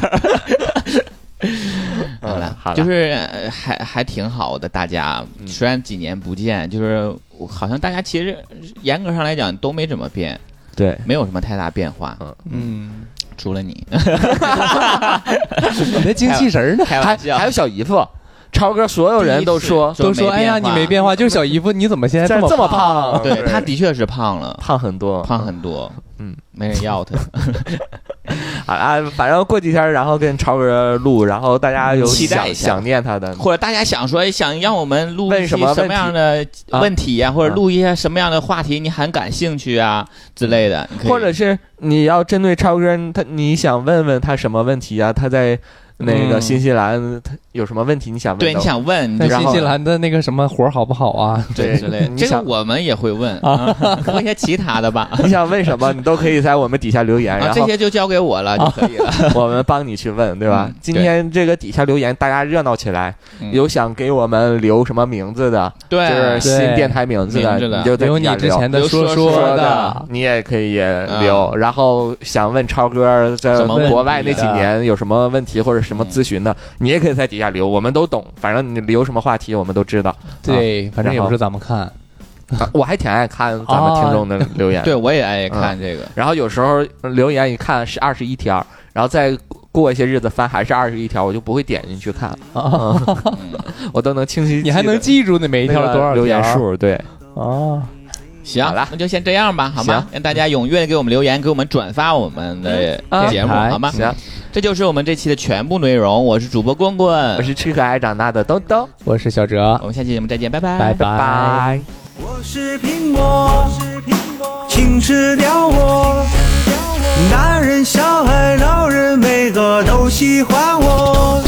Speaker 6: 嗯
Speaker 4: 好了，
Speaker 5: 嗯好了
Speaker 4: 就是呃还还挺好的，大家
Speaker 6: 嗯
Speaker 4: 虽然几年不见，就是我好像大家其实严格上来讲都没怎么变，
Speaker 5: 对，
Speaker 4: 没有什么太大变化，
Speaker 6: 嗯，
Speaker 4: 除了你，
Speaker 6: 你的精气神儿 呢？
Speaker 4: 开
Speaker 5: 还
Speaker 4: 玩笑，
Speaker 5: 还有小姨夫，超哥所有人都说
Speaker 4: 第一次
Speaker 6: 都说哎呀，你没。变化，就是小姨夫，你怎么现在
Speaker 5: 这
Speaker 6: 么
Speaker 5: 么
Speaker 6: 胖？
Speaker 5: 胖，
Speaker 4: 对，他的确是胖了，
Speaker 5: 胖很多，
Speaker 4: 胖很多，
Speaker 5: 嗯，
Speaker 4: 没人要他，
Speaker 5: 好啊，反正过几天，然后跟超哥录，然后大家有
Speaker 4: 期待
Speaker 5: 想
Speaker 4: 一下
Speaker 5: 想念他的，
Speaker 4: 或者大家想说哎想让我们录
Speaker 5: 问
Speaker 4: 一
Speaker 5: 什
Speaker 4: 些
Speaker 5: 么
Speaker 4: 什么样的
Speaker 5: 啊
Speaker 4: 问题呀、或者录一些什么样的话题，你很感兴趣啊之类的，你可以
Speaker 5: 或者是你要针对超哥，他你想问问他什么问题啊？他在那个
Speaker 6: 嗯
Speaker 5: 新西兰，他有什么问题你想问？
Speaker 4: 对你，想问，
Speaker 6: 在
Speaker 4: 你
Speaker 5: 然
Speaker 6: 新
Speaker 5: 后
Speaker 6: 西兰的那个什么活儿好不好啊？
Speaker 5: 对
Speaker 4: 之类的，
Speaker 5: 你
Speaker 4: 这个
Speaker 5: 想
Speaker 4: 我们也会问啊，问一些其他的吧，
Speaker 5: 你想问什么，你都可以在我们底下留言，
Speaker 4: 啊，
Speaker 5: 哎然
Speaker 4: 这
Speaker 5: 后啊
Speaker 4: 些就交给我了就可以了。
Speaker 5: 我们帮你去问，对吧
Speaker 4: 嗯？
Speaker 5: 今天这个底下留言，大家热闹起来，
Speaker 4: 嗯
Speaker 5: 有想给我们留什么名字的，就是
Speaker 4: 对，啊
Speaker 5: 新电台名字
Speaker 4: 名字
Speaker 5: 的，
Speaker 4: 的
Speaker 5: 你就在
Speaker 6: 有
Speaker 5: 底
Speaker 6: 你
Speaker 5: 下
Speaker 6: 之
Speaker 5: 留
Speaker 6: 前的
Speaker 4: 刘
Speaker 6: 说
Speaker 4: 说
Speaker 5: 说
Speaker 4: 说
Speaker 6: 的嗯
Speaker 5: 的，，你也可以留。然后想问超哥在
Speaker 4: 怎么问
Speaker 5: 国外那
Speaker 4: 你
Speaker 5: 几
Speaker 4: 的
Speaker 5: 年有什么问题或者什么咨询的，你也可以在底下留，我们都懂。反正你留什么话题，我们都 知道。
Speaker 6: 对，反正也
Speaker 5: 然后
Speaker 6: 不是咱们看，
Speaker 5: 啊我还挺爱看咱们听众的留
Speaker 6: 哦
Speaker 5: 言，
Speaker 4: 对我也爱看这个，
Speaker 5: 然后有时候留言一看是二十一条，然后再过一些日子翻还是二十一条，我就不会点进去 看，
Speaker 4: 嗯
Speaker 5: 我都能清晰。
Speaker 6: 你还能记住那每一条多少
Speaker 5: 留言
Speaker 6: 条
Speaker 5: 数？对，
Speaker 6: 啊？
Speaker 4: 行，
Speaker 5: 好了
Speaker 4: 那就先这样吧，好吗
Speaker 5: 行？
Speaker 4: 让大家踊跃的给我们留言，给我们转发我们的
Speaker 5: 啊
Speaker 4: 节目，
Speaker 6: 电台
Speaker 4: 好吗？
Speaker 5: 行，
Speaker 4: 这就是我们这期的全部内容。我是主播棍棍
Speaker 5: 我，是吃可爱长大的东东，
Speaker 6: 我是小哲
Speaker 4: 我，们下期节目再见，拜拜，
Speaker 6: 拜拜。
Speaker 5: 拜。
Speaker 1: 我是苹果，请吃掉我。大人小孩老人每个都喜欢我。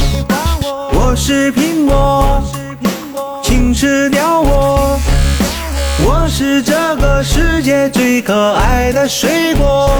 Speaker 1: 我是苹果，请吃掉我。我是这个世界最可爱的水果。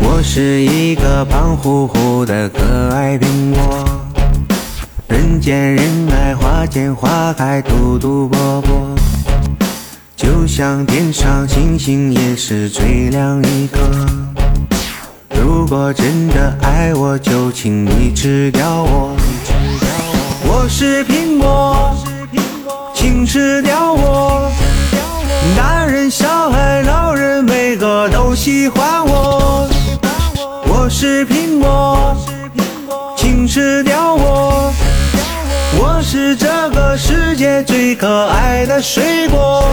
Speaker 1: 我是一个胖乎乎的可爱苹果，人见人爱，花见花开，嘟嘟啵啵。就像天上星星也是最亮一颗。如果真的爱我，就请你吃掉我。我是苹果，请吃掉我。大人、小孩、老人，每个都喜欢我。我是苹果，请吃掉我。我是这个世界最可爱的水果。